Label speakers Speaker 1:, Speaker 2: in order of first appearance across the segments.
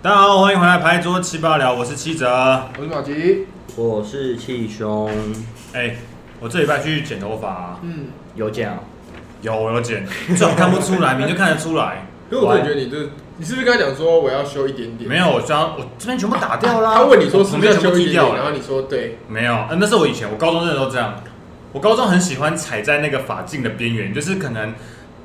Speaker 1: 大家好，欢迎回来牌桌七八聊，我是七哲。
Speaker 2: 我是马吉。
Speaker 3: 我是气胸，
Speaker 1: 哎，我这礼拜去剪头发、
Speaker 2: 嗯，
Speaker 3: 有奖，
Speaker 1: 有我有 剪，这我看不出来，明就看得出来。
Speaker 2: 可是我真的觉得你这，你是不是跟他讲说我要修一点点？
Speaker 1: 没有，我刚我这边全部打掉啦。
Speaker 2: 他问你说
Speaker 1: 我
Speaker 2: 是
Speaker 1: 旁
Speaker 2: 不是
Speaker 1: 边
Speaker 2: 要
Speaker 1: 全
Speaker 2: 修
Speaker 1: 部
Speaker 2: 一
Speaker 1: 剃
Speaker 2: 点
Speaker 1: 掉
Speaker 2: 点？然后
Speaker 1: 了？
Speaker 2: 你说对，
Speaker 1: 没有，呃那是我以前，我高中真的都这样。我高中很喜欢踩在那个发镜的边缘，就是可能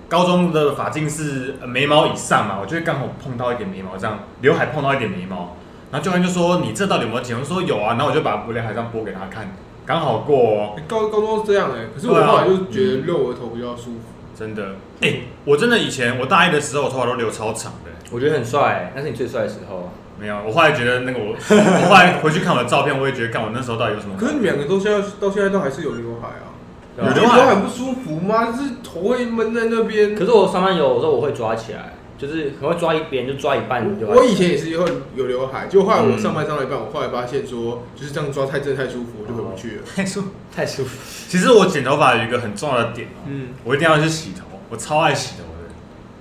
Speaker 1: 高中的发镜是呃眉毛以上嘛，我就会刚好碰到一点眉毛，这样刘海碰到一点眉毛，然后教练就说你这到底有没有剪？我说有啊，然后我就把我刘海上拨给他看，刚好过哦。
Speaker 2: 高高中是这样哎、可是我
Speaker 1: 对啊
Speaker 2: 后来就觉得露额头比较舒服。
Speaker 1: 真的，哎、我真的以前我大一的时候，我头发都留超长的、
Speaker 3: 我觉得很帅，那是你最帅的时候。
Speaker 1: 没有，我后来觉得那个我， 我后来回去看我的照片，我也觉得，看我那时候到底有什么？
Speaker 2: 可是你们两个都现在到现在都还是有刘海啊，
Speaker 3: 对
Speaker 1: 有
Speaker 3: 吧
Speaker 2: 你
Speaker 1: 刘
Speaker 2: 觉
Speaker 1: 海
Speaker 2: 得很不舒服吗？就是头会闷在那边。
Speaker 3: 可是我上班有有时候我会抓起来，就是可能会抓一边就抓一半，对吧
Speaker 2: 我？以前也是有啊有刘海，就后来我
Speaker 3: 嗯
Speaker 2: 上班上到一半，我后来发现说就是这样抓太真的太舒服，我就回不去了。
Speaker 1: 太舒服。
Speaker 3: 太舒服，
Speaker 1: 其实我剪头发有一个很重要的点哦、
Speaker 2: 嗯，
Speaker 1: 我一定要去洗头，我超爱洗头的，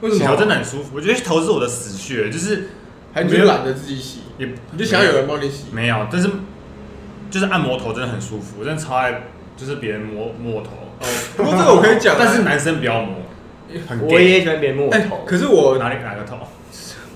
Speaker 2: 为
Speaker 1: 洗
Speaker 2: 什么？
Speaker 1: 头真的很舒服。我觉得头是我的死穴，就是
Speaker 2: 还你就懒得自己洗，
Speaker 1: 也
Speaker 2: 你就想要有人帮你洗。
Speaker 1: 没有，但是就是按摩头真的很舒服，我真的超爱，就是别人摸摸头。
Speaker 2: 哦，不过这个我可以讲啊，
Speaker 1: 但是男生不要摸，很
Speaker 3: 我
Speaker 1: gay。
Speaker 3: 也喜欢别人摸我
Speaker 2: 哎、
Speaker 3: 头。
Speaker 2: 可是我
Speaker 1: 哪里哪个
Speaker 2: 哦
Speaker 1: 头？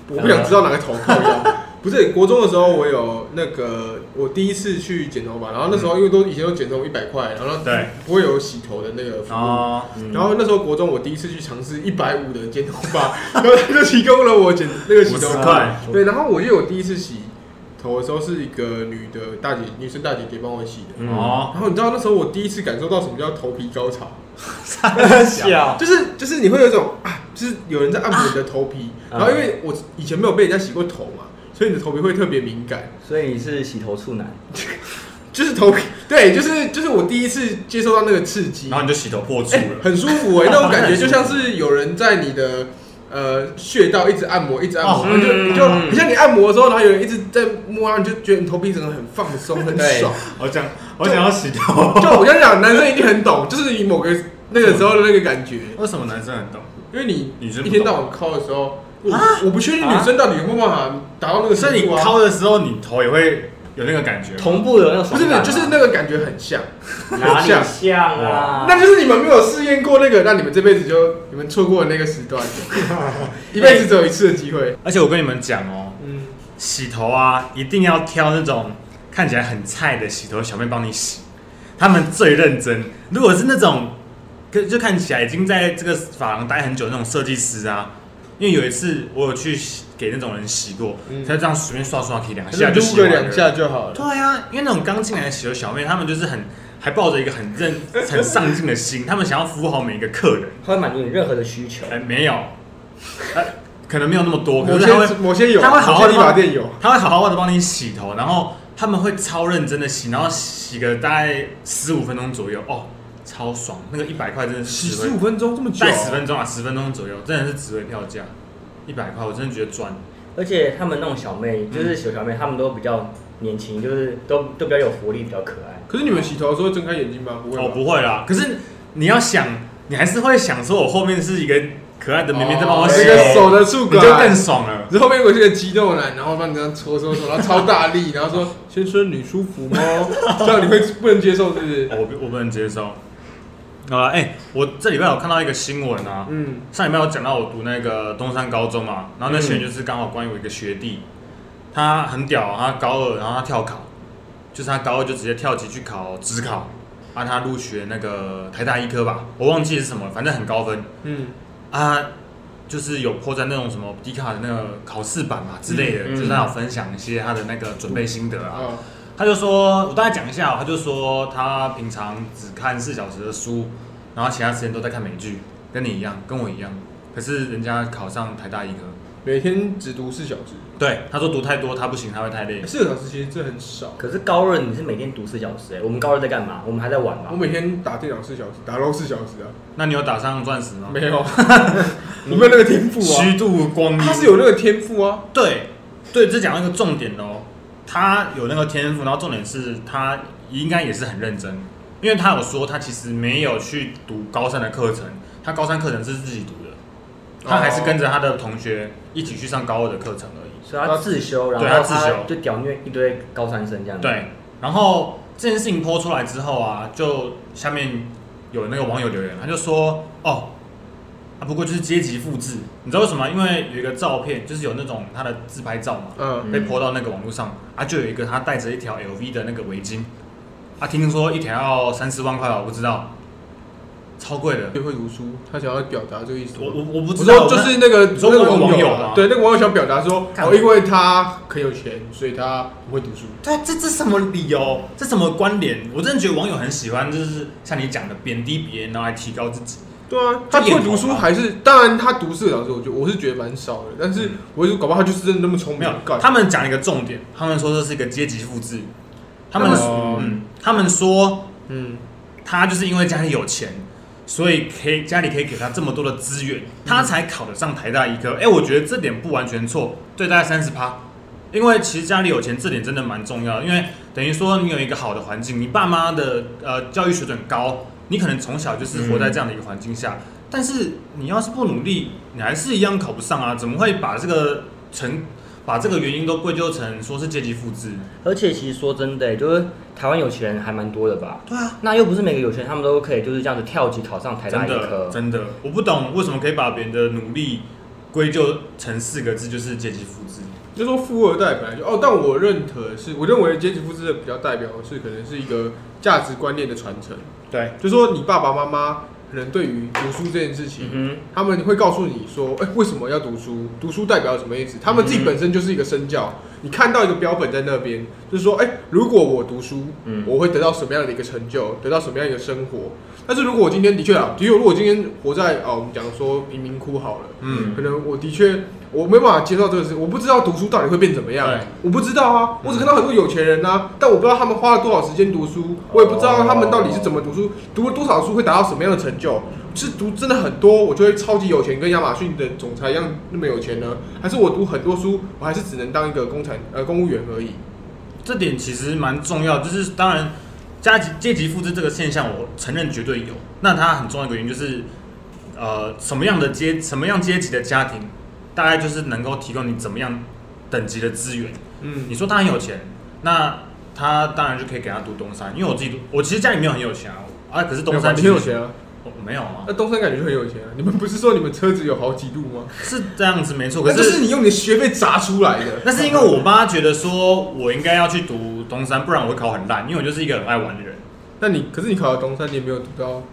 Speaker 2: 我不想知道哪个头靠腰。不是国中的时候，我有那个我第一次去剪头发，然后那时候因为都以前都剪头一百块，然后
Speaker 1: 对
Speaker 2: 不会有洗头的那个服务。
Speaker 1: 哦，
Speaker 3: 嗯
Speaker 2: 然后那时候国中，我第一次去尝试一百五的剪头发， 然后他就提供了我剪那个洗头
Speaker 1: 50
Speaker 2: 发。
Speaker 1: 块
Speaker 2: 对，然后我记得我第一次洗头的时候是一个女的大姐，女生大姐姐帮我洗的。
Speaker 3: 嗯
Speaker 1: 哦，
Speaker 2: 然后你知道那时候我第一次感受到什么叫头皮高潮，
Speaker 3: 哦 笑，
Speaker 2: 就是就是你会有一种啊，就是有人在按摩你的头皮，
Speaker 3: 啊
Speaker 1: 嗯
Speaker 2: 然后因为我以前没有被人家洗过头嘛，所以你的头皮会特别敏感，
Speaker 3: 所以你是洗头处男，
Speaker 2: 就是头皮 对，就是就是我第一次接受到那个刺激，
Speaker 1: 然后你就洗头破处了。
Speaker 2: 很舒服 哎、欸，那种感
Speaker 1: 很
Speaker 2: 觉
Speaker 1: 舒服
Speaker 2: 就像是有人在你的呃穴道一直按摩，一直按摩，
Speaker 1: 哦
Speaker 2: 然后就
Speaker 3: 嗯
Speaker 2: 你就很像你按摩的时候，然后有人一直在摸，然后你就觉得你头皮整个很放松，很
Speaker 3: 对
Speaker 2: 爽。
Speaker 1: 我想，我想要洗头。
Speaker 2: 就我跟你讲，男生一定很懂，就是你某个那个时候的那个感觉，
Speaker 1: 为什么男生很懂？
Speaker 2: 因为你
Speaker 1: 女生不
Speaker 2: 一天到晚抠的时候，我
Speaker 1: 啊
Speaker 2: 我不确定女生到底有没有办法达到那个
Speaker 1: 所
Speaker 2: 程
Speaker 1: 以你
Speaker 2: 度啊。
Speaker 1: 掏的时候，你头也会有那个感觉吗。
Speaker 3: 同步的那个
Speaker 2: 不
Speaker 3: 爽
Speaker 2: 是不
Speaker 3: 感
Speaker 2: 是，
Speaker 3: 啊
Speaker 2: 就是那个感觉很像，
Speaker 1: 啊
Speaker 3: 哪
Speaker 2: 很像
Speaker 3: 里。像啊？
Speaker 2: 那就是你们没有试验过那个，那你们这辈子就你们错过了那个时 段，一辈子只有一次的机会。
Speaker 1: 而且我跟你们讲哦，
Speaker 2: 嗯，
Speaker 1: 洗头啊，一定要挑那种看起来很菜的洗头小妹帮你洗，他们最认真。如果是那种，可就看起来已经在这个发廊待很久的那种设计师啊，因为有一次我有去洗给那种人洗过，
Speaker 2: 嗯
Speaker 1: 他就这样随便刷刷可以两
Speaker 2: 就是
Speaker 1: 哎下就
Speaker 2: 撸
Speaker 1: 洗
Speaker 2: 个
Speaker 1: 完了
Speaker 2: 两下就好了。
Speaker 1: 对啊，因为那种刚进来的洗头小妹，她们就是很还抱着一个很认、 很上进的心，她们想要服务好每一个客人。
Speaker 3: 他会满足你任何的需求
Speaker 1: 哎、，没有， 呃，可能没有那么多，
Speaker 2: 某
Speaker 1: 可是她
Speaker 2: 些
Speaker 1: 会，
Speaker 2: 某些有，
Speaker 1: 他会好好地
Speaker 2: 理发店有。
Speaker 1: 她会好好的帮你洗头，然后他们会超认真的洗，然后洗个大概十五分钟左右，哦，超爽，那个一百块真的是值回，
Speaker 2: 分钟这么
Speaker 1: 大概十分钟啊，十分钟左右，真的是值回票价，一百块，我真的觉得赚。
Speaker 3: 而且他们那种小妹，
Speaker 2: 嗯
Speaker 3: 就是小小妹，他们都比较年轻，就是都都比较有活力，比较可爱。
Speaker 2: 可是你们洗头的时候会睁开眼睛吗？不会
Speaker 1: 哦，
Speaker 2: 吧？
Speaker 1: 不会啦，可是你要想，你还是会想说，我后面是一个可爱的妹妹在帮我
Speaker 2: 哦
Speaker 1: 洗
Speaker 2: 那个手
Speaker 1: 头，
Speaker 2: 的触
Speaker 1: 你就更
Speaker 2: 感。
Speaker 1: 爽了。
Speaker 2: 然后面我是个肌肉男，然后帮你这样搓搓搓，然后超大力，然后说：“ 先生，你舒服吗？” 这样你会不能接受，是不是？
Speaker 1: 我不我不能接受。啊，哎、我这礼拜有看到一个新闻啊，
Speaker 2: 嗯，
Speaker 1: 上礼拜有讲到我读那个东山高中嘛，然后那新闻就是刚好关于我一个学弟，他很屌啊、他高二，然后他跳考，就是他高二就直接跳级去考职考，啊，他入学那个台大医科吧，我忘记是什么，反正很高分
Speaker 2: 嗯，
Speaker 1: 啊，就是有破在那种什么迪卡的那个考试版嘛之类的，
Speaker 3: 嗯嗯
Speaker 1: 就是他有分享一些他的那个准备心得啊，
Speaker 2: 啊，
Speaker 1: 他就说，我大概讲一下、哦，他就说他平常只看四小时的书，然后其他时间都在看美剧，跟你一样，跟我一样。可是人家考上台大医科，
Speaker 2: 每天只读四小时，
Speaker 1: 对，他说读太多他不行，他会太累。
Speaker 2: 四个小时其实这很少。
Speaker 3: 可是高二你是每天读四小时、哎，我们高二在干嘛？我们还在玩吧
Speaker 2: 我？每天打电脑四小时，打 LO 四小时啊，
Speaker 1: 那你有打上钻石吗？
Speaker 2: 没 有，我没有那个天赋啊。
Speaker 1: 虚度光阴。
Speaker 2: 他是有那个天赋啊，
Speaker 1: 对对，这讲到一个重点哦。他有那个天赋，然后重点是他应该也是很认真，因为他有说他其实没有去读高三的课程，他高三课程是自己读的，他还是跟着他的同学一起去上高二的课程而已。
Speaker 3: 所以他自修，然
Speaker 1: 对他
Speaker 3: 后
Speaker 1: 自修
Speaker 3: 他就屌虐一堆高三生这样子。
Speaker 1: 对，啊然后这件事情播出来之后啊，就下面有那个网友留言，他就说：“哦，啊，不过就是阶级复制，你知道为什么吗？因为有一个照片，就是有那种他的自拍照嘛，
Speaker 2: 嗯，
Speaker 1: 被泼到那个网络上啊，就有一个他戴着一条 LV 的那个围巾，啊，听说一条要三四万块吧，我不知道，超贵的。
Speaker 2: 就会读书，他想要表达这个意思吗。
Speaker 1: 我我我不
Speaker 2: 我
Speaker 1: 知道，
Speaker 2: 说就是
Speaker 1: 我
Speaker 2: 那个
Speaker 1: 你说
Speaker 2: 那个
Speaker 1: 那个网友
Speaker 2: 啊
Speaker 1: 吗
Speaker 2: 对，那个网友想表达说，
Speaker 1: 看
Speaker 2: 哦，因为他很有钱，所以他不会读书。
Speaker 1: 对啊这这什么理由？这什么关联？我真的觉得网友很喜欢，就是像你讲的贬低别人，然后来提高自己。
Speaker 2: 对啊，他不会读书还是当然他读四个小时，我就我是觉得蛮少的，但是
Speaker 1: 嗯
Speaker 2: 我就搞不好他就是真的那么聪
Speaker 1: 没
Speaker 2: 明
Speaker 1: 有，，
Speaker 2: 干
Speaker 1: 他们讲一个重点，他们说这是一个阶级复制。他们、
Speaker 2: 哦
Speaker 1: 嗯，他们说
Speaker 2: 嗯，
Speaker 1: 他就是因为家里有钱，所以可以家里可以给他这么多的资源，他才考得上台大医科。哎、我觉得这点不完全错，对，大概三十趴。因为其实家里有钱，这点真的蛮重要的。因为等于说你有一个好的环境，你爸妈的呃教育水准高，你可能从小就是活在这样的一个环境下。但是你要是不努力，你还是一样考不上啊！怎么会把这个成把这个原因都归咎成说是阶级复制？
Speaker 3: 而且其实说真的、欸就是台湾有钱人还蛮多的吧？
Speaker 1: 对啊，
Speaker 3: 那又不是每个有钱人他们都可以就是这样子跳级考上台大
Speaker 1: 真
Speaker 3: 医
Speaker 1: 的
Speaker 3: 科。
Speaker 1: 真的，我不懂为什么可以把别人的努力归咎成四个字，就是阶级复制。
Speaker 2: 就说富二代本来就哦，但我认可是，我认为阶级复制的比较代表的是可能是一个价值观念的传承，
Speaker 1: 对，
Speaker 2: 就说你爸爸妈妈可能对于读书这件事情，
Speaker 3: 嗯
Speaker 2: 他们会告诉你说，哎、为什么要读书？读书代表什么意思？他们自己本身就是一个身教，你看到一个标本在那边，就是说，哎、如果我读书，
Speaker 3: 嗯
Speaker 2: 我会得到什么样的一个成就，得到什么样一个生活？但是如果我今天的确啊，的确，如果我今天活在哦，我们讲说贫民窟好了，
Speaker 1: 嗯，
Speaker 2: 可能我的确我没办法接受这个事，我不知道读书到底会变怎么样
Speaker 1: 对，嗯
Speaker 2: 我不知道啊，我只看到很多有钱人啊，但我不知道他们花了多少时间读
Speaker 1: 哦
Speaker 2: 书，我也不知道他们到底是怎么读书，读了多少书会达到什么样的成就，是读真的很多，我就会超级有钱，跟亚马逊的总裁一样那么有钱呢？还是我读很多书，我还是只能当一个工产呃公务员而已？
Speaker 1: 这点其实蛮重要。就是当然，阶级阶级复制这个现象，我承认绝对有。那它很重要的一个原因就是，呃，什么样的阶什么样阶级的家庭，大概就是能够提供你怎么样等级的资源。
Speaker 2: 嗯
Speaker 1: 你说他很有钱，那他当然就可以给他读东山。因为我自己读，我其实家里没有很有钱啊，啊，可是东山
Speaker 2: 没
Speaker 1: 其
Speaker 2: 有吧你
Speaker 1: 实
Speaker 2: 很有，钱啊，
Speaker 1: 我没有啊
Speaker 2: 那，东山感觉就很有钱啊，你们不是说你们车子有好几度吗？
Speaker 1: 是这样子没错。可
Speaker 2: 那
Speaker 1: 是
Speaker 2: 就是你用你的学费砸出来的，
Speaker 1: 那是因为我妈觉得说我应该要去读东山，不然我会考很烂，因为我就是一个很爱玩的人。
Speaker 2: 那你可是你考到东山，你也没有读到。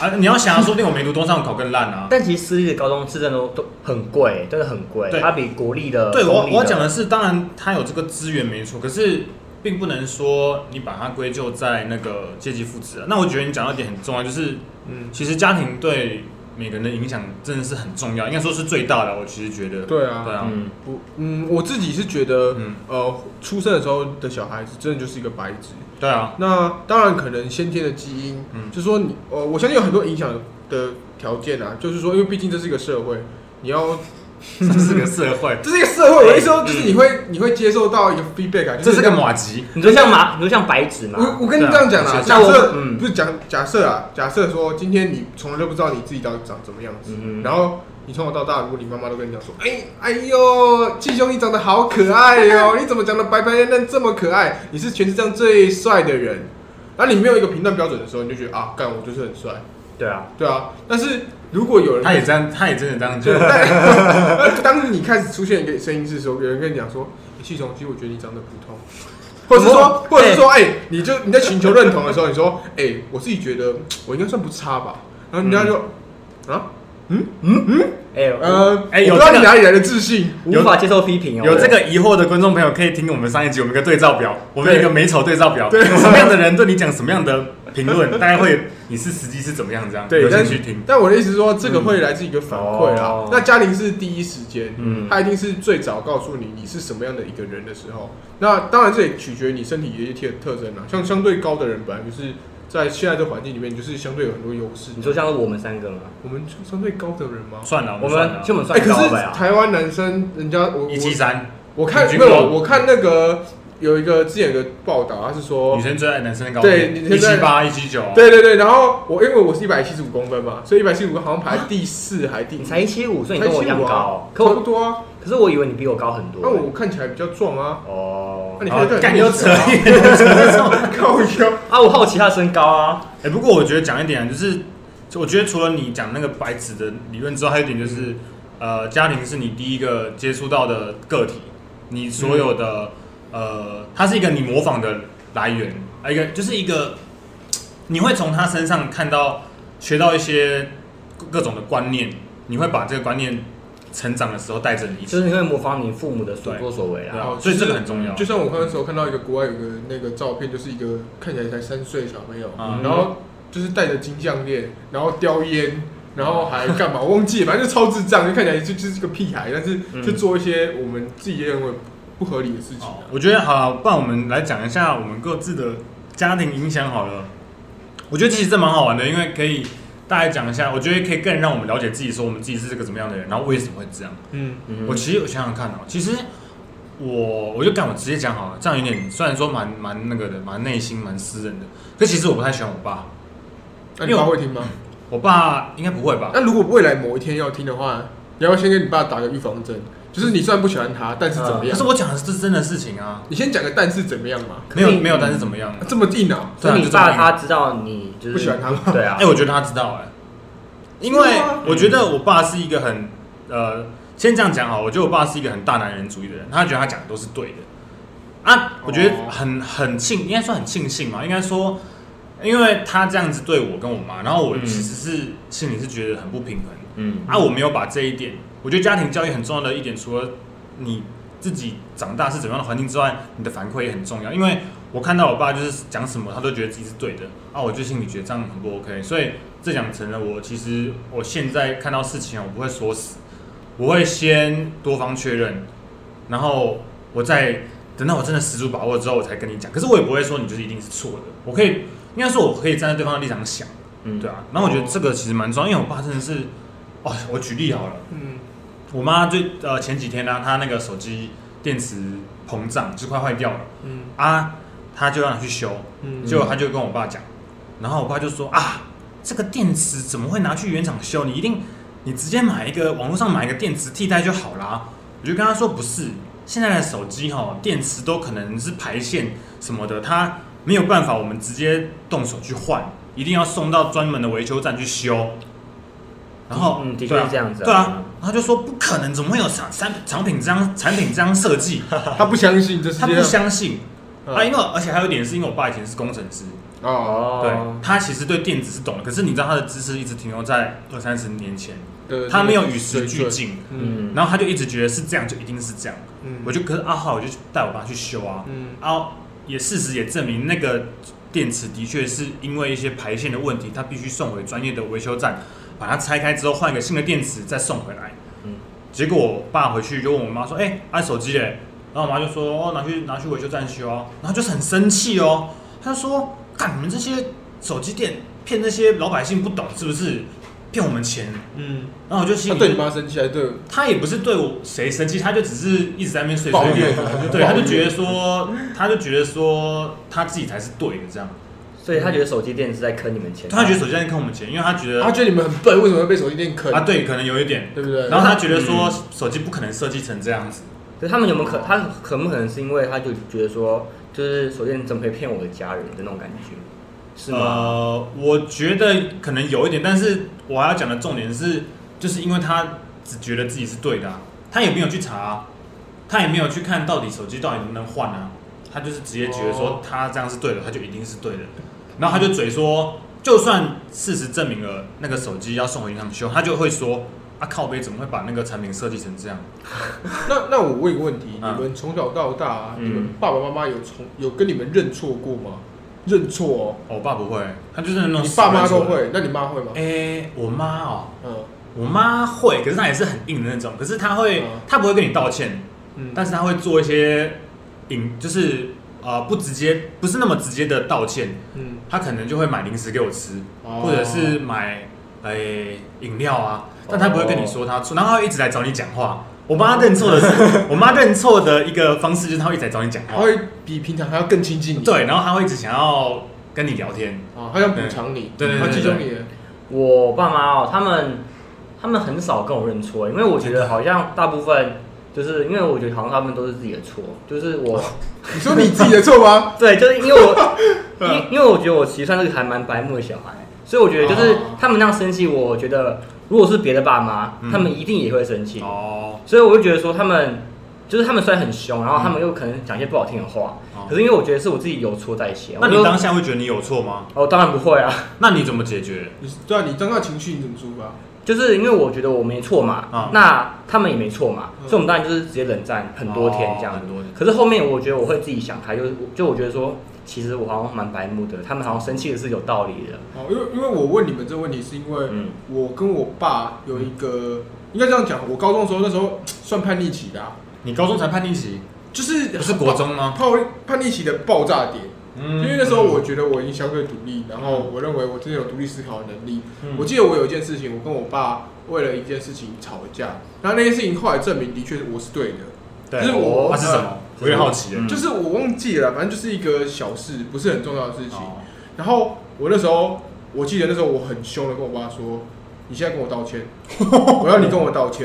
Speaker 1: 啊，你要想啊，说不定我没读东山，我考更烂啊。
Speaker 3: 但其实私立的高中是真的都都很贵，真的很贵
Speaker 1: 对，
Speaker 3: 它比国立呃的
Speaker 1: 对我
Speaker 3: 公立
Speaker 1: 我要讲的是，当然他有这个资源没错，可是并不能说你把它归咎在那个阶级复制啊。那我觉得你讲到一点很重要，就是
Speaker 2: 嗯，
Speaker 1: 其实家庭对每个人的影响真的是很重要，应该说是最大的。我其实觉得，
Speaker 2: 对啊，
Speaker 1: 对啊，
Speaker 3: 嗯，
Speaker 2: 不，嗯，我自己是觉得，
Speaker 1: 嗯
Speaker 2: 呃，出生的时候的小孩子真的就是一个白纸。
Speaker 1: 对 啊，
Speaker 2: 那当然可能先天的基因，
Speaker 1: 嗯
Speaker 2: 就说你，呃，我相信有很多影响的条件啊，就是说，因为毕竟这是一个社会，你要，
Speaker 1: 这是个社会，
Speaker 2: 这是一个社会，我的意思说就是你会，你会接受到一个 feedback 啊，就
Speaker 1: 嗯这是个
Speaker 2: 人家
Speaker 1: 马吉，
Speaker 3: 你就像马，你就像白纸
Speaker 1: 嗯
Speaker 3: 嘛，
Speaker 2: 我我跟你这样讲
Speaker 1: 对
Speaker 2: 啊，
Speaker 1: 啊
Speaker 2: 假设
Speaker 3: 那我嗯
Speaker 2: 不是讲假设啊，假设说今天你从来都不知道你自己到底长什么样子，
Speaker 3: 嗯哼
Speaker 2: 然后你从小到大，如果你妈妈都跟你讲说，哎哎呦，季兄你长得好可爱哟、 你怎么长得白白嫩嫩这么可爱？你是全世界上最帅的人。然后你没有一个评断标准的时候，你就觉得啊，干我就是很帅，
Speaker 3: 对啊，
Speaker 2: 对啊。但是如果有人
Speaker 1: 他也这样，他也真的这样觉
Speaker 2: 对，
Speaker 1: 得。
Speaker 2: 但当你开始出现一个声音是说，有人跟你讲说，欸系统，其实我觉得你长得普通，或者是说，或者是说，哎、你就你在寻求认同的时候，你说，哎、我自己觉得我应该算不差吧，然后人家就、啊，
Speaker 3: 哎、我
Speaker 2: 呃，
Speaker 1: 哎
Speaker 2: 我
Speaker 1: 有
Speaker 2: 不知道
Speaker 1: 这个
Speaker 2: 你哪里来的自信，
Speaker 1: 有
Speaker 3: 无法接受批评哦，
Speaker 1: 有这个疑惑的观众朋友，可以听我们上一集，我们有一个对照表，我们有一个美丑对照表，
Speaker 2: 对
Speaker 1: 什么样的人对你讲什么样的评论， 大概会你是实际是怎么样这样，有
Speaker 2: 但
Speaker 1: 兴趣听。
Speaker 2: 但我的意思是说，这个会来自一个反馈啦。
Speaker 3: 哦
Speaker 2: 那嘉玲是第一时间，
Speaker 1: 嗯
Speaker 2: 他一定是最早告诉你你是什么样的一个人的时候。那当然这也取决于你身体的一些特特征啦，像相对高的人本来就是。在现在的环境里面，你就是相对有很多优势。
Speaker 3: 你说像是我们三个吗？
Speaker 2: 我们就相对高的人吗？
Speaker 1: 算了，我
Speaker 3: 我
Speaker 1: 们啊算了
Speaker 3: 们，就我们
Speaker 2: 哎、
Speaker 3: 算
Speaker 2: 可
Speaker 3: 高
Speaker 2: 是
Speaker 3: 了呀、
Speaker 2: 台湾男生，人家我
Speaker 1: 一七
Speaker 2: 我
Speaker 1: 三，
Speaker 2: 我看
Speaker 1: 平
Speaker 2: 没
Speaker 1: 均
Speaker 2: 有，
Speaker 1: 高
Speaker 2: 我看那个有一个之前有个报道，他是说
Speaker 1: 女，生最爱男生的高度，
Speaker 2: 对女
Speaker 1: 一
Speaker 2: 生最爱
Speaker 1: 七八、一七九，
Speaker 2: 对对对，然后我因为我是一百七十五公分嘛，所以一百七十五好像排第四还第
Speaker 3: 你才一七五，所以你跟我一样
Speaker 2: 175啊
Speaker 3: 高。可
Speaker 2: 差不
Speaker 3: 我
Speaker 2: 多啊。
Speaker 3: 可是我以为你比我高很多。欸
Speaker 2: 那我看起来比较壮啊，
Speaker 3: 哦
Speaker 2: 那你看起来就很
Speaker 1: 干又扯
Speaker 2: 壮啊 靠腰。
Speaker 3: 啊，我好奇他身高啊。
Speaker 1: 哎、不过我觉得讲一点啊，就是就我觉得除了你讲那个白纸的理论之后，还有一点就是，呃，家庭是你第一个接触到的个体，你所有的、呃，它是一个你模仿的来源，啊，一个就是一个，你会从他身上看到学到一些各各种的观念，你会把这个观念成长的时候带着你一
Speaker 3: 就
Speaker 1: 起，
Speaker 3: 是你会模仿你父母的所作所为
Speaker 1: 对啊
Speaker 3: 啦。
Speaker 2: 哦，
Speaker 1: 所以
Speaker 2: 就是
Speaker 1: 这个很重要。
Speaker 2: 就像我刚才时候看到一个国外有个那个照片，就是一个看起来才三岁的小朋友，
Speaker 1: 嗯
Speaker 2: 然后就是戴着金项链，然后叼烟，然后还干嘛我忘记了，反正就超智障，就看起来就就是个屁孩，但是
Speaker 3: 嗯
Speaker 2: 就做一些我们自己认为不合理的事情啊。
Speaker 1: 我觉得好，不然我们来讲一下我们各自的家庭影响好了。我觉得其实这蛮好玩的，因为可以大概讲一下，我觉得可以更让我们了解自己，说我们自己是个怎么样的人，然后为什么会这样。
Speaker 2: 嗯，
Speaker 3: 嗯
Speaker 1: 我其实我想想看哦、其实我我就干，我直接讲好了，这样有点虽然说蛮蛮那个的，蛮内心蛮私人的，可其实我不太喜欢我爸。
Speaker 2: 那你爸会听吗？
Speaker 1: 我爸应该不会吧？
Speaker 2: 那如果未来某一天要听的话，你要不要先跟你爸打个预防针，就是你虽然不喜欢他，但是怎么
Speaker 3: 呃
Speaker 1: 嗯可
Speaker 2: 样
Speaker 1: 是？我讲的是真的事情啊，
Speaker 2: 你先讲个但是怎么样嘛？
Speaker 1: 没有
Speaker 3: 可以嗯
Speaker 1: 没有，但是怎么样
Speaker 2: 啊？这么硬啊？
Speaker 1: 对
Speaker 3: 所
Speaker 1: 啊
Speaker 3: 以
Speaker 1: 就
Speaker 3: 你
Speaker 1: 这么
Speaker 3: 爸
Speaker 1: 硬
Speaker 3: 他知道你就是
Speaker 2: 不喜欢他吗
Speaker 3: 对啊
Speaker 1: 哎、。我觉得他知道哎、因为
Speaker 2: 真的吗
Speaker 1: 我觉得我爸是一个很呃，先这样讲好，我觉得我爸是一个很大男人主义的人，他觉得他讲的都是对的啊，我觉得
Speaker 2: 哦
Speaker 1: 很很庆，应该说很庆幸嘛，应该说，因为他这样子对我跟我妈，然后我
Speaker 3: 嗯
Speaker 1: 其实是、心里是觉得很不平衡的
Speaker 3: 嗯
Speaker 1: 啊，我没有把这一点，我觉得家庭教育很重要的一点，除了你自己长大是怎么样的环境之外，你的反馈也很重要。因为我看到我爸就是讲什么，他都觉得自己是对的啊，我就心里觉得这样很不 OK，所以这养成了我其实我现在看到事情啊，我不会说死，我会先多方确认，然后我再等到我真的十足把握之后，我才跟你讲。可是我也不会说你就是一定是错的，我可以应该说我可以站在对方的立场想，
Speaker 3: 嗯
Speaker 1: 对啊。然后我觉得这个其实蛮重要，因为我爸真的是，哦，我举例好了。
Speaker 2: 嗯，
Speaker 1: 我妈最呃前几天呢、她那个手机电池膨胀，就快坏掉了
Speaker 2: 嗯
Speaker 1: 啊，她就让她去修，
Speaker 2: 嗯
Speaker 1: 结果她就跟我爸讲，然后我爸就说啊，这个电池怎么会拿去原厂修？你一定你直接买一个网络上买一个电池替代就好啦。我就跟他说不是，现在的手机哈、电池都可能是排线什么的，它没有办法我们直接动手去换，一定要送到专门的维修站去修。然后，
Speaker 3: 嗯的确
Speaker 1: 对啊
Speaker 3: 是这样子啊
Speaker 1: 对啊
Speaker 3: 嗯，
Speaker 1: 然后就说不可能，怎么会有产产产品这样产品这样设计？
Speaker 2: 他不相信这世
Speaker 1: 他
Speaker 2: 界
Speaker 1: 不
Speaker 2: 上
Speaker 1: 相信
Speaker 2: 嗯
Speaker 1: 啊，因为而且还有一点是因为我爸以前是工程师，
Speaker 2: 哦，
Speaker 1: 对
Speaker 3: 哦，
Speaker 1: 他其实对电子是懂的，可是你知道他的知识一直停留在二三十年前，
Speaker 2: 对
Speaker 1: 他没有与时俱，进，
Speaker 2: 嗯
Speaker 3: 嗯，
Speaker 1: 然后他就一直觉得是这样就一定是这样。
Speaker 2: 嗯
Speaker 1: 我就可是啊，后来我就带我爸去修啊，
Speaker 2: 嗯
Speaker 1: 啊，也事实也证明那个电池的确是因为一些排线的问题，它必须送回专业的维修站，把它拆开之后换一个新的电池再送回来。
Speaker 3: 嗯
Speaker 1: 结果我爸回去就问我妈说：“哎、按、手机嘞？”然后我妈就说：“哦，拿去拿去维修站修啊。”然后就是很生气哦，她就说：“干你们这些手机店骗那些老百姓不懂是不是？骗我们钱
Speaker 2: 嗯，？”
Speaker 1: 然后我就心
Speaker 2: 他
Speaker 1: 里
Speaker 2: 对你妈生气，还对
Speaker 1: 他也不是对我谁生气，他就只是一直在那边碎
Speaker 2: 抱
Speaker 1: 碎念
Speaker 2: 怨，
Speaker 1: 对，
Speaker 2: 抱
Speaker 1: 他
Speaker 2: 怨
Speaker 1: 就觉得说，他就觉得说他自己才是对的这样，
Speaker 3: 所以他觉得手机店是在坑你们钱。啊
Speaker 1: 他觉得手机在坑我们钱，因为他觉得
Speaker 2: 他觉得你们很笨，为什么会被手机店坑
Speaker 1: 啊，对，可能有一点，
Speaker 2: 对不对？
Speaker 1: 然后他觉得说
Speaker 2: 嗯
Speaker 1: 手机不可能设计成这样子，
Speaker 3: 可是他们有没有可他可不可能是因为他就觉得说，就是手机店怎么可以骗我的家人的那种感觉，是吗？
Speaker 1: 呃，我觉得可能有一点，但是我还要讲的重点是，就是因为他只觉得自己是对的啊、他也没有去查啊、他也没有去看到底手机到底能不能换啊，他就是直接觉得说
Speaker 2: 哦
Speaker 1: 他这样是对的，他就一定是对的，然后他就嘴说，就算事实证明了那个手机要送回银行修，他就会说啊靠背怎么会把那个产品设计成这样？
Speaker 2: 那那我问一个问题，你
Speaker 1: 嗯
Speaker 2: 们从小到大，
Speaker 3: 嗯
Speaker 2: 你们爸爸妈妈有从有跟你们认错过吗？认错
Speaker 1: 哦我爸不会，他就是那
Speaker 2: 哦，
Speaker 1: 种
Speaker 2: 你爸妈
Speaker 1: 死
Speaker 2: 都
Speaker 1: 人说的。
Speaker 2: 会，那你妈会吗？
Speaker 1: 哎、我妈哦，
Speaker 2: 嗯
Speaker 1: 我妈会，可是她也是很硬的那种，可是她会
Speaker 2: 嗯，
Speaker 1: 她不会跟你道歉，
Speaker 2: 嗯，
Speaker 1: 但是他会做一些引，就是呃不直接，不是那么直接的道歉，
Speaker 2: 嗯，
Speaker 1: 他可能就会买零食给我吃，
Speaker 2: 哦
Speaker 1: 或者哎啊
Speaker 2: 哦
Speaker 1: 是买诶饮、料啊，但他不会跟你说他错，然后他会一直来找你讲话，我妈认错的是， 我妈认错的一个方式就是她会一直在找你讲
Speaker 2: 他
Speaker 1: 话，
Speaker 2: 会比平常还要更亲近你，
Speaker 1: 对，然后她会一直想要跟你聊天，
Speaker 2: 啊，他想补偿你，
Speaker 1: 对对对
Speaker 2: 他记
Speaker 1: 对
Speaker 2: 住你了，
Speaker 3: 我爸妈哦，他们他们很少跟我认错，因为我觉得好像大部分就是因为我觉得好像他们都是自己的错，就是
Speaker 1: 哦
Speaker 3: 我
Speaker 2: 你说你自己的错吗？
Speaker 3: 对，就是因为 我因因为我觉得我其实算是个还蛮白目的小孩，所以我觉得就是
Speaker 2: 哦
Speaker 3: 他们那样生气，我觉得如果是别的爸妈，
Speaker 1: 嗯
Speaker 3: 他们一定也会生气，
Speaker 1: 哦，
Speaker 3: 所以我就觉得说他们。就是他们虽然很凶，然后他们又可能讲一些不好听的话，
Speaker 1: 哦
Speaker 3: 可是因为我觉得是我自己有错在先。
Speaker 1: 那
Speaker 3: 我
Speaker 1: 你
Speaker 3: 就
Speaker 1: 当下会觉得你有错吗？
Speaker 3: 哦，当然不会啊，
Speaker 1: 那你怎么解决？
Speaker 2: 你对啊，你当下情绪你怎么抒发？
Speaker 3: 就是因为我觉得我没错嘛，
Speaker 1: 嗯
Speaker 3: 那他们也没错嘛，
Speaker 2: 嗯
Speaker 3: 所以我们当然就是直接冷战很多天这样
Speaker 1: 哦
Speaker 3: 子。
Speaker 1: 很多天
Speaker 3: 可是后面我觉得我会自己想开，就是就我觉得说，其实我好像蛮白目的，他们好像生气的是有道理的。
Speaker 2: 哦，因为因为我问你们这个问题，是因为
Speaker 3: 嗯
Speaker 2: 我跟我爸有一个，应该这样讲，我高中的时候那时候算叛逆期的、啊，
Speaker 1: 你高中才叛逆期，
Speaker 2: 就是
Speaker 1: 不是国中吗？
Speaker 2: 叛叛逆期的爆炸点，
Speaker 1: 嗯
Speaker 2: 因为那时候我觉得我已经相对独立，然后我认为我真的有独立思考的能力。
Speaker 1: 嗯
Speaker 2: 我记得我有一件事情，我跟我爸为了一件事情吵架，然后那件事情后来证明的确我是对的，
Speaker 1: 对
Speaker 2: 就是我
Speaker 1: 那是什么？我有点好奇耶
Speaker 3: 嗯
Speaker 2: 就是我忘记了，反正就是一个小事，不是很重要的事情。
Speaker 1: 哦
Speaker 2: 然后我那时候，我记得那时候我很凶的跟我爸说：“你现在跟我 道歉，我要你跟我道歉。”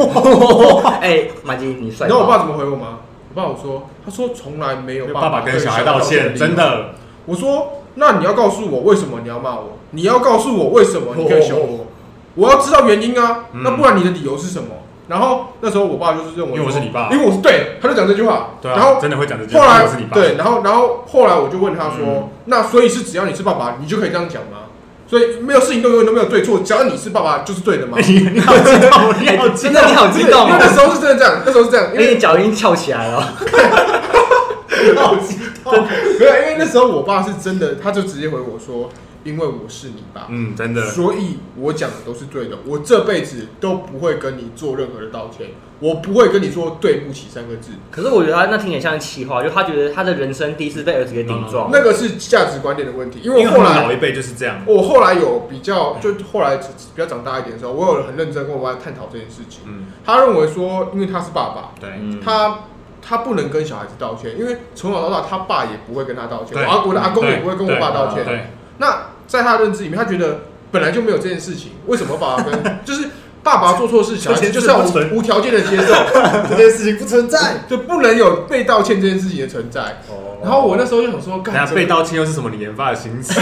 Speaker 3: 哎，马吉，你帅
Speaker 2: 你
Speaker 3: 爆。
Speaker 2: 知道我爸怎么回我吗？我爸我说，他说从来没有
Speaker 1: 爸爸
Speaker 2: 爸
Speaker 1: 跟小孩
Speaker 2: 孩
Speaker 1: 道
Speaker 2: 歉，
Speaker 1: 歉，真。的，
Speaker 2: 我说，那你要告诉我为什么你要骂我？你要告诉我为什么你可以凶我？我要知道原因啊，
Speaker 1: 哦嗯
Speaker 2: 那不然你的理由是什么？然后那时候我爸就是认为，
Speaker 1: 因为我是你爸
Speaker 2: 因为我是对，他就讲这句话。
Speaker 1: 对啊，
Speaker 2: 然后
Speaker 1: 真的会讲这句
Speaker 2: 后
Speaker 1: 话，
Speaker 2: 来
Speaker 1: 我是你爸，
Speaker 2: 对，然后然后后来我就问他
Speaker 1: 嗯
Speaker 2: 说，那所以是只要你是爸爸，你就可以这样讲吗？所以没有事情都永远都没有对错，只要你是爸爸就是对的吗？
Speaker 1: 你你好激动，你好激
Speaker 3: 哎真
Speaker 1: 动，
Speaker 3: 的你好激动
Speaker 2: 因为那
Speaker 3: 哦，
Speaker 2: 时候是真的这样，那时候是这 样，因
Speaker 3: 因
Speaker 2: 为
Speaker 3: 为你脚已经翘起来了。
Speaker 1: 你好激动，
Speaker 2: 哦没有，因为那时候我爸是真的，他就直接回我说：“因为我是你爸，
Speaker 1: 嗯，真的，
Speaker 2: 所以我讲的都是对的，我这辈子都不会跟你做任何的道歉，我不会跟你说对不起三个字，
Speaker 3: 可是我觉得他那听起来像是气话，就他觉得他的人生第一次被儿子给顶撞。
Speaker 2: 那个是价值观点的问题。”因
Speaker 1: 因为
Speaker 2: 为我后
Speaker 1: 我们哦老
Speaker 2: 来，
Speaker 1: 一辈就是这样，
Speaker 2: 我后来有比较，就后来比较长大一点的时候，我有很认真跟我爸探讨这件事情。
Speaker 1: 嗯，
Speaker 2: 他认为说，因为他是爸爸，
Speaker 1: 对，
Speaker 3: 嗯
Speaker 2: 他。他不能跟小孩子道歉，因为从小到大，他爸也不会跟他道歉，
Speaker 1: 对
Speaker 2: 我阿我的阿公也
Speaker 1: 对
Speaker 2: 不会跟我爸道歉。
Speaker 1: 对，
Speaker 2: 那在他的认知里面，他觉得本来就没有这件事情，为什么爸爸 跟就是爸爸做错事，小孩子就是
Speaker 1: 这
Speaker 2: 要
Speaker 1: 件事不存
Speaker 2: 无无条件的接 受，
Speaker 1: 这件事情不存在。
Speaker 2: 就不能有被道歉这件事情的存在。
Speaker 1: 哦
Speaker 2: 然后我那时候就想说，
Speaker 1: 等下
Speaker 2: 干
Speaker 1: 被，道歉又是什么？你研发的新词？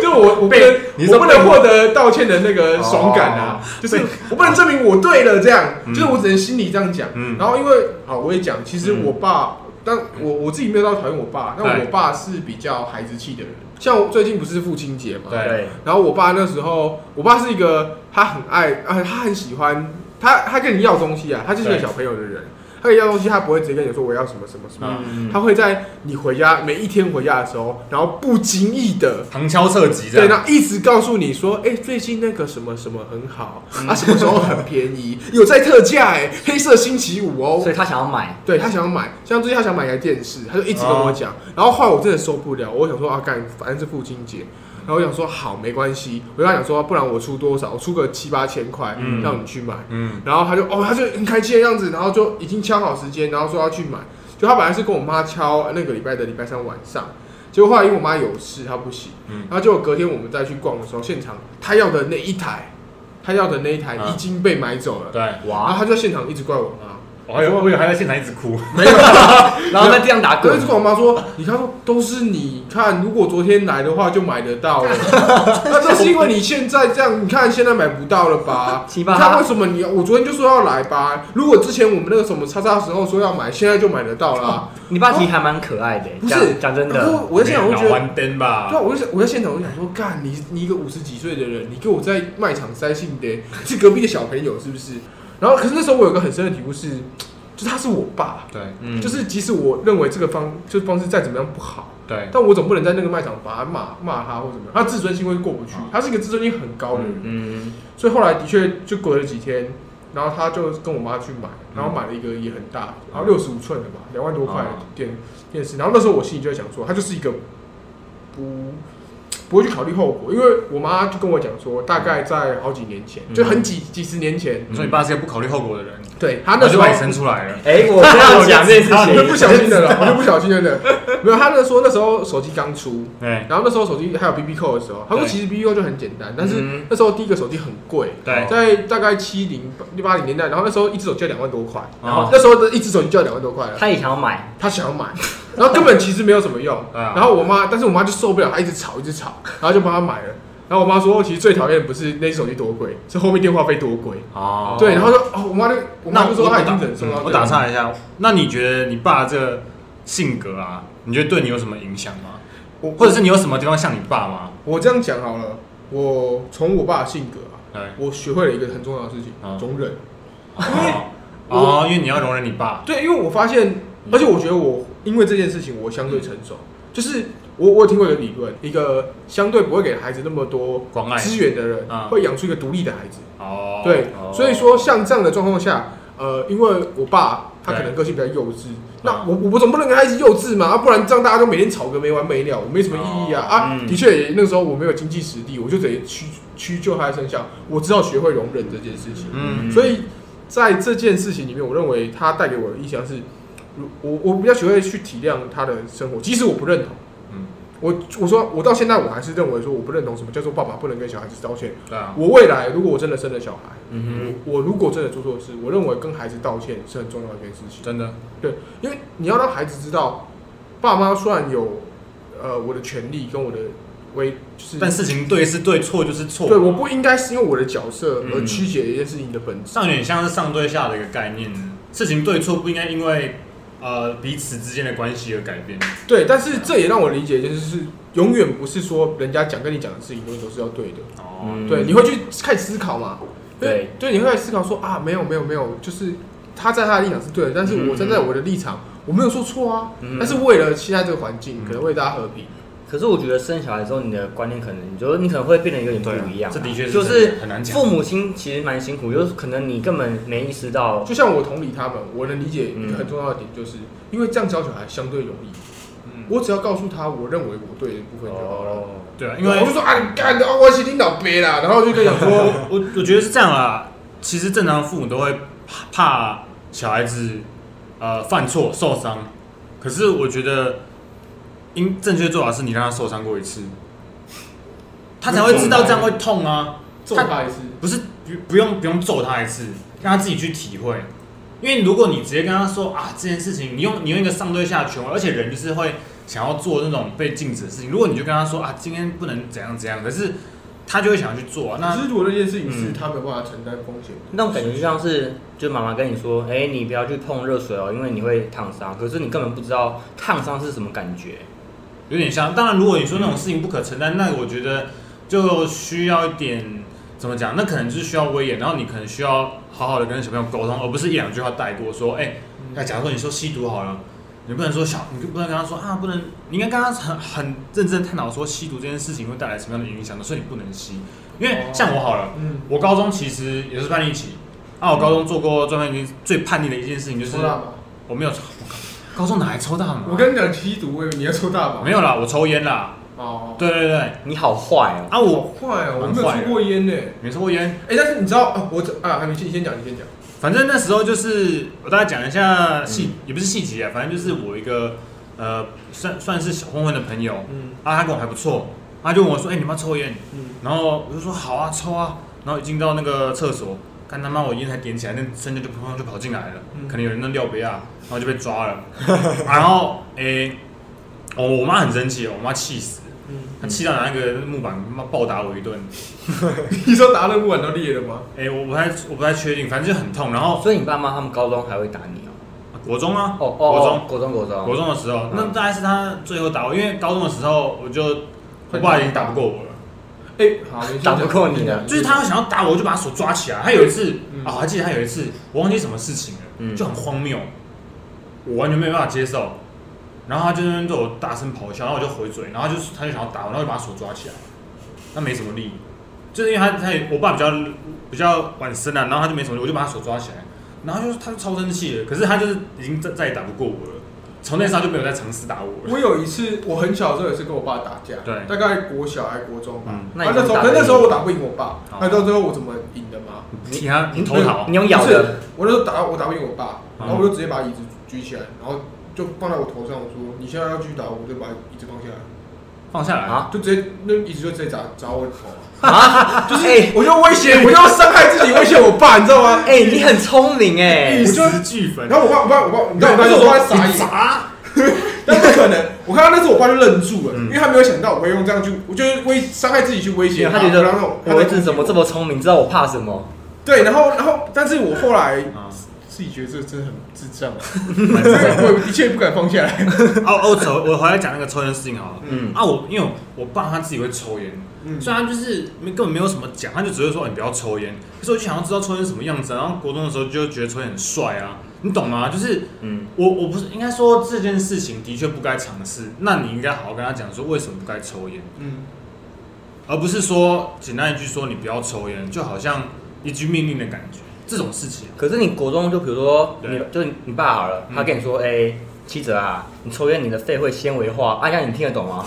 Speaker 2: 就我我不能
Speaker 1: 被你
Speaker 2: 我
Speaker 1: 说
Speaker 2: 不能获得道歉的那个爽感啊，就是
Speaker 1: 被
Speaker 2: 我不能证明我对了，这样
Speaker 1: 嗯
Speaker 2: 就是我只能心里这样讲。
Speaker 1: 嗯
Speaker 2: 然后因为好，我也讲，其实
Speaker 1: 嗯哎
Speaker 2: 我爸，但我我自己没有到讨厌我爸，但
Speaker 1: 对
Speaker 2: 我爸是比较孩子气的人。像我最近不是父亲节嘛，
Speaker 1: 对
Speaker 3: 对，
Speaker 2: 然后我爸那时候，我爸是一个他很爱啊，他很喜欢他，他跟你要东西啊，他就是个
Speaker 1: 对
Speaker 2: 小朋友的人，他跟你要东西，他不会直接跟你说我要什么什么什么，
Speaker 3: 嗯，
Speaker 2: 他会在你回家每一天回家的时候，然后不经意的。
Speaker 1: 旁敲侧击这
Speaker 2: 对，
Speaker 1: 样，
Speaker 2: 那一直告诉你说，哎、最近那个什么什么很好，
Speaker 1: 嗯
Speaker 2: 啊，什么时候很便宜， 有在特价哎、黑色星期五哦
Speaker 3: 所，以他想要买。
Speaker 2: 对他想要买，像最近他想买一台电视，他就一直跟我
Speaker 1: 哦
Speaker 2: 讲，然后后来我真的受不了，我想说啊，干，反正是父亲节，然后我想说好没关系，我就跟他讲说，啊不然我出多少，我出个七八千块、
Speaker 1: 嗯
Speaker 2: 让你去买，
Speaker 1: 嗯，
Speaker 2: 然后他就哦，他就很开心的样子，然后就已经敲好时间，然后说要去买，就他本来是跟我妈敲那个礼拜的礼拜三晚上，结果后来因为我妈有事，她不行，
Speaker 1: 嗯
Speaker 2: 然后结果隔天我们再去逛的时候，现场他要的那一台，他要的那一台
Speaker 1: 啊
Speaker 2: 已经被买走了，
Speaker 1: 对，
Speaker 2: 然 后
Speaker 3: 哇，
Speaker 2: 他就在现场一直怪我妈。
Speaker 1: 我还有我有还在现场一直哭，
Speaker 2: 没有，
Speaker 3: 然后在地上打
Speaker 2: 我就一
Speaker 3: 滚
Speaker 2: 直。跟我妈说，你看都是你看，如果昨天来的话就买得到了，那这是因为你现在这样，你看现在买不到了吧？
Speaker 3: 七
Speaker 2: 你
Speaker 3: 八
Speaker 2: 看为什么你我昨天就说要来吧？如果之前我们那个什么叉叉的时候说要买，现在就买得到啦。
Speaker 3: 你爸其实还蛮可爱的，
Speaker 2: 不是
Speaker 3: 讲讲 真
Speaker 2: 然
Speaker 3: 的，
Speaker 2: 后我在现场我就觉
Speaker 1: 脑
Speaker 2: 得。
Speaker 1: 弯灯吧
Speaker 2: 对，啊，我就想我在现场，我就想说，干你你一个五十几岁的人，你给我在卖场塞信的， 是隔壁的小朋友是不是？然后，可是那时候我有个很深的体悟是，就是他是我爸，
Speaker 1: 对
Speaker 3: 嗯
Speaker 2: 就是即使我认为这个方就方式再怎么样不好，
Speaker 1: 对，
Speaker 2: 但我总不能在那个卖场把他骂骂他或怎么样，他自尊心会过不去
Speaker 3: 哦
Speaker 1: 嗯。
Speaker 2: 他是一个自尊心很高的人，
Speaker 3: 嗯，
Speaker 2: 所以后来的确就隔了几天，然后他就跟我妈去买，然后买了一个也很大，然后六十五寸的嘛，两万多块的
Speaker 1: 哦
Speaker 2: 电电视。然后那时候我心里就在想说，他就是一个不不会去考虑后果，因为我妈就跟我讲说，大概在好几年前，就很几几十年前，
Speaker 1: 你说你爸是个不考虑后果的人，
Speaker 2: 对他
Speaker 1: 他
Speaker 2: 啊那时
Speaker 1: 就
Speaker 2: 候
Speaker 1: 把你生出来了。
Speaker 3: 哎、我这样讲这件事
Speaker 2: 我就 不
Speaker 3: 情，
Speaker 2: 小心的了，我就不小心的了，没有，他那时候那时候手机刚出，
Speaker 1: 对
Speaker 2: 然后那时候手机还有 B B 扣的时候，他说
Speaker 1: 对
Speaker 2: 其实 B B 扣就很简单，但是
Speaker 3: 嗯
Speaker 2: 那时候第一个手机很贵，
Speaker 1: 对
Speaker 2: 在大概七零六八零年代，然后那时候一只手机要两万多块，
Speaker 1: 哦
Speaker 3: 然后
Speaker 2: 那时候的一只手机就要两万多块了，
Speaker 3: 他也想要买，
Speaker 2: 他想要买，然后根本其实没有什么用，
Speaker 1: 对 啊
Speaker 2: 然后我妈，但是我妈就受不了，她一直吵一直吵，然后就帮她买了。然后我妈说，其实最讨厌的不是那只手机多贵，是后面电话费多贵。
Speaker 1: 哦
Speaker 2: 对，然后说哦，我妈就我妈
Speaker 1: 那
Speaker 2: 就说她已经
Speaker 1: 打
Speaker 2: 忍受
Speaker 1: 嗯
Speaker 2: 到这样。
Speaker 1: 我打岔一下，那你觉得你爸这个性格啊，你觉得对你有什么影响吗？
Speaker 2: 我，
Speaker 1: 或者是你有什么地方像你爸吗？
Speaker 2: 我这样讲好了，我从我爸的性格啊，
Speaker 1: 对，
Speaker 2: 我学会了一个很重要的事情
Speaker 1: 嗯，
Speaker 2: 容忍。
Speaker 1: 哦，
Speaker 2: 我
Speaker 1: 哦因为你要容忍你爸，
Speaker 2: 对，因为我发现，
Speaker 1: 嗯
Speaker 2: 而且我觉得我因为这件事情，我相对成熟。
Speaker 1: 嗯
Speaker 2: 就是我我有听过一个理论，一个相对不会给孩子那么多
Speaker 1: 关爱
Speaker 2: 资源的人
Speaker 1: 嗯，
Speaker 2: 会养出一个独立的孩子。
Speaker 1: 哦，
Speaker 2: 对
Speaker 1: 哦，
Speaker 2: 所以说像这样的状况下，呃，因为我爸他可能个性比较幼稚，
Speaker 1: 嗯
Speaker 2: 那我我总不能跟他一直幼稚嘛，啊，不然这样大家都每天吵个没完没了，我没什么意义啊
Speaker 1: 哦
Speaker 2: 啊！
Speaker 3: 嗯
Speaker 2: 的确，也那时候我没有经济实力，我就得屈屈就他的身上，我只好学会容忍这件事情。
Speaker 1: 嗯，
Speaker 2: 所以在这件事情里面，我认为他带给我的印象是，如我我比较学会去体谅他的生活，即使我不认同。
Speaker 1: 嗯
Speaker 2: 我我说我到现在我还是认为说我不认同什么叫做爸爸不能跟小孩子道歉。
Speaker 1: 对啊，
Speaker 2: 我未来如果我真的生了小孩，
Speaker 3: 嗯
Speaker 2: 我我如果真的做错事，我认为跟孩子道歉是很重要的一件事情。
Speaker 1: 真的，
Speaker 2: 对，因为你要让孩子知道，爸妈虽然有呃我的权利跟我的威，就是
Speaker 1: 但事情对是对，错就是错，
Speaker 2: 对，我不应该是因为我的角色而
Speaker 1: 嗯
Speaker 2: 曲解一件事情的本质。
Speaker 1: 上有点像是上对下的一个概念，事情对错不应该因为呃彼此之间的关系而改变，
Speaker 2: 对，但是这也让我理解一件事是，永远不是说人家讲跟你讲的事情永远都是要对的。
Speaker 1: 哦，
Speaker 3: 嗯
Speaker 2: 对，你会去开始思考嘛？
Speaker 3: 对
Speaker 2: 对，你会开始思考说啊，没有没有没有，就是他在他的立场是对的，但是我站在我的立场，我没有做错啊。
Speaker 3: 嗯
Speaker 2: 但是为了现在这个环境，
Speaker 1: 嗯
Speaker 2: 可能为大家和平，
Speaker 3: 可是我觉得生小孩之后，你的观念可能，你觉得你可能会变得有点
Speaker 1: 对啊
Speaker 3: 不一样啊、
Speaker 1: 这的确是
Speaker 3: 就是
Speaker 1: 很难讲
Speaker 3: 父母亲其实蛮辛苦，就是可能你根本没意识到，
Speaker 2: 就像我同理他们，我能理解一个很重要的点，就是因为这样教小孩相对容易，
Speaker 1: 嗯
Speaker 2: 我只要告诉他我认为我对的部分就好了。
Speaker 3: 哦，
Speaker 1: 对啊，因
Speaker 2: 因为
Speaker 1: 为
Speaker 2: 我就说啊，你干的啊，我是领导别啦，然后就跟你讲 说，
Speaker 1: 我我我觉得是这样啦。其实正常父母都会怕怕小孩子呃犯错受伤，可是我觉得应正确做法是你让他受伤过一次，他才会知道这样会痛啊。
Speaker 2: 揍他一次，
Speaker 1: 不是不不用不用揍他一次，让他自己去体会。因为如果你直接跟他说啊这件事情，你用你用一个上对下的权威，而且人就是会想要做那种被禁止的事情。如果你就跟他说啊今天不能怎样怎样，可是他就会想要去做啊。那
Speaker 2: 可是如果那件事情是
Speaker 1: 嗯
Speaker 2: 他没有办法承担风险的，
Speaker 3: 那种感觉就像是，就妈妈跟你说，哎、你不要去碰热水哦，因为你会烫伤。可是你根本不知道烫伤是什么感觉。
Speaker 1: 有点像。当然，如果你说那种事情不可承担，那我觉得就需要一点怎么讲？那可能就是需要威严，然后你可能需要好好的跟小朋友沟通，而不是一两句话带过说，哎、那假如说你说吸毒好了。你不能说小，你不能跟他说啊，不能，你应该跟他很很认真地探讨说吸毒这件事情会带来什么样的影响的，所以你不能吸。因为像我好了，
Speaker 2: 嗯，
Speaker 1: 我高中其实也是叛逆期，啊，我高中做过最叛逆最叛逆的一件事情就是
Speaker 2: 抽大麻。
Speaker 1: 我没有抽，高中哪来抽大麻？
Speaker 2: 我跟你讲，吸毒，我以为你要抽大麻。
Speaker 1: 没有啦，我抽烟啦。
Speaker 2: 哦，
Speaker 1: 对对对，
Speaker 3: 你好坏哦，
Speaker 1: 啊， 我
Speaker 2: 好坏哦，我
Speaker 1: 蛮
Speaker 2: 没
Speaker 1: 坏
Speaker 2: 有
Speaker 1: 的
Speaker 2: 抽过烟呢。
Speaker 1: 没抽过烟，
Speaker 2: 哎，但是你知道啊，我这啊，还没先，你先讲，你先讲。
Speaker 1: 反正那时候就是我大概讲一下细，
Speaker 2: 嗯
Speaker 1: 也不是细节啊，反正就是我一个呃算算是小混混的朋友
Speaker 2: 嗯
Speaker 1: 啊，他跟我还不错，他就问我说，哎、你们要抽烟？
Speaker 2: 嗯，
Speaker 1: 然后我就说好啊，抽啊。然后一进到那个厕所，看他妈我烟才点起来，那瞬间就砰砰就跑进来了，
Speaker 2: 嗯
Speaker 1: 可能有人在尿杯啊，然后就被抓 了。然后诶、哦，我妈很生气，我妈气死，
Speaker 2: 嗯
Speaker 1: 她气到拿那个木板妈暴打我一顿。
Speaker 2: 你说打任务玩到裂了吗？
Speaker 1: 诶、我不太我不太确定，反正就很痛。然后
Speaker 3: 所以你爸妈他们高中还会打你哦。
Speaker 1: 国中啊，
Speaker 3: 哦哦，
Speaker 1: 国中
Speaker 3: 哦，国中，国中，
Speaker 1: 国中的时候，那
Speaker 3: 嗯
Speaker 1: 大概是他最后打我，因为高中的时候我就我爸已经打不过我了，
Speaker 2: 哎，好，你先
Speaker 3: 打
Speaker 2: 讲
Speaker 3: 不过你的
Speaker 1: 就是他想要打我，我就把他手抓起来。他有一次
Speaker 2: 嗯
Speaker 1: 啊，我还记得他有一次，我忘记什么事情了，
Speaker 3: 嗯
Speaker 1: 就很荒谬，我完全没有办法接受。然后他就在那边对我大声咆哮，然后我就回嘴，然后他就他就想要打我，然后我就把他手抓起来，那没什么力，就是因为他他也我爸比较比较晚生啊，然后他就没什么力，我就把他手抓起来，然后就是他就超生气了，可是他就是已经再再也打不过我了，从那时候就没有再尝试打我了。
Speaker 2: 我有一次，我很小的时候也是跟我爸打架，
Speaker 1: 对
Speaker 2: 大概国小还国中吧。
Speaker 1: 嗯
Speaker 3: 那
Speaker 2: 那
Speaker 3: 你
Speaker 2: 那时候，
Speaker 3: 打
Speaker 2: 可
Speaker 3: 得
Speaker 2: 是
Speaker 3: 赢
Speaker 2: 那时候我打不赢我爸
Speaker 1: 哦，
Speaker 2: 那到最后我怎么赢的嘛？
Speaker 1: 踢他，你投桃
Speaker 3: 你，用咬
Speaker 2: 不是
Speaker 3: 的，
Speaker 2: 我那时候打我打不赢我爸，
Speaker 1: 嗯
Speaker 2: 然后我就直接把椅子举起来，然后就放在我头上，我说你现在要继续打我，我就把椅子放下来，
Speaker 1: 放下来
Speaker 3: 啊
Speaker 2: 就直接那椅子就直接砸砸我头，
Speaker 3: 就是哎
Speaker 2: 我就威胁，我就要伤害自己，威胁我爸，你知道吗？
Speaker 3: 哎，你很聪明哎
Speaker 1: 玉
Speaker 2: 我，就
Speaker 1: 石俱焚。
Speaker 2: 然后我爸，我爸，我爸，你知道我爸就说他傻 眼，
Speaker 1: 傻，
Speaker 2: 但不可能。我看到那次，我爸就愣住了，
Speaker 1: 嗯
Speaker 2: 因为他没有想到我会用这样去，我就是威伤害自己去威胁
Speaker 3: 他觉得
Speaker 2: 然后他
Speaker 3: 我儿子怎么这么聪明，知道我怕什么？
Speaker 2: 对，然后然后，但是我后来
Speaker 1: 啊
Speaker 2: 自己觉得这真的很智 障，
Speaker 1: 蛮
Speaker 2: 所以
Speaker 1: 傻
Speaker 2: 我一切不敢放下来。
Speaker 1: 哦哦，走，我回来讲那个抽烟事情好了。
Speaker 3: 嗯，
Speaker 1: 啊，我因为我爸他自己会抽烟，
Speaker 2: 嗯
Speaker 1: 虽然他就是没根本没有什么讲，他就只会说哎你不要抽烟。可是我就想要知道抽烟什么样子啊，然后国中的时候就觉得抽烟很帅啊，你懂吗？就是
Speaker 3: 嗯，
Speaker 1: 我我不是应该说这件事情的确不该尝试，那你应该好好跟他讲说为什么不该抽烟，
Speaker 2: 嗯，
Speaker 1: 而不是说简单一句说你不要抽烟，就好像一句命令的感觉，这种事情。
Speaker 3: 可是你国中就比如说你
Speaker 1: 对
Speaker 3: 就是你爸好了，
Speaker 1: 嗯
Speaker 3: 他跟你说哎，七哲啊，你抽烟你的肺会纤维化，啊，这样你听得懂吗？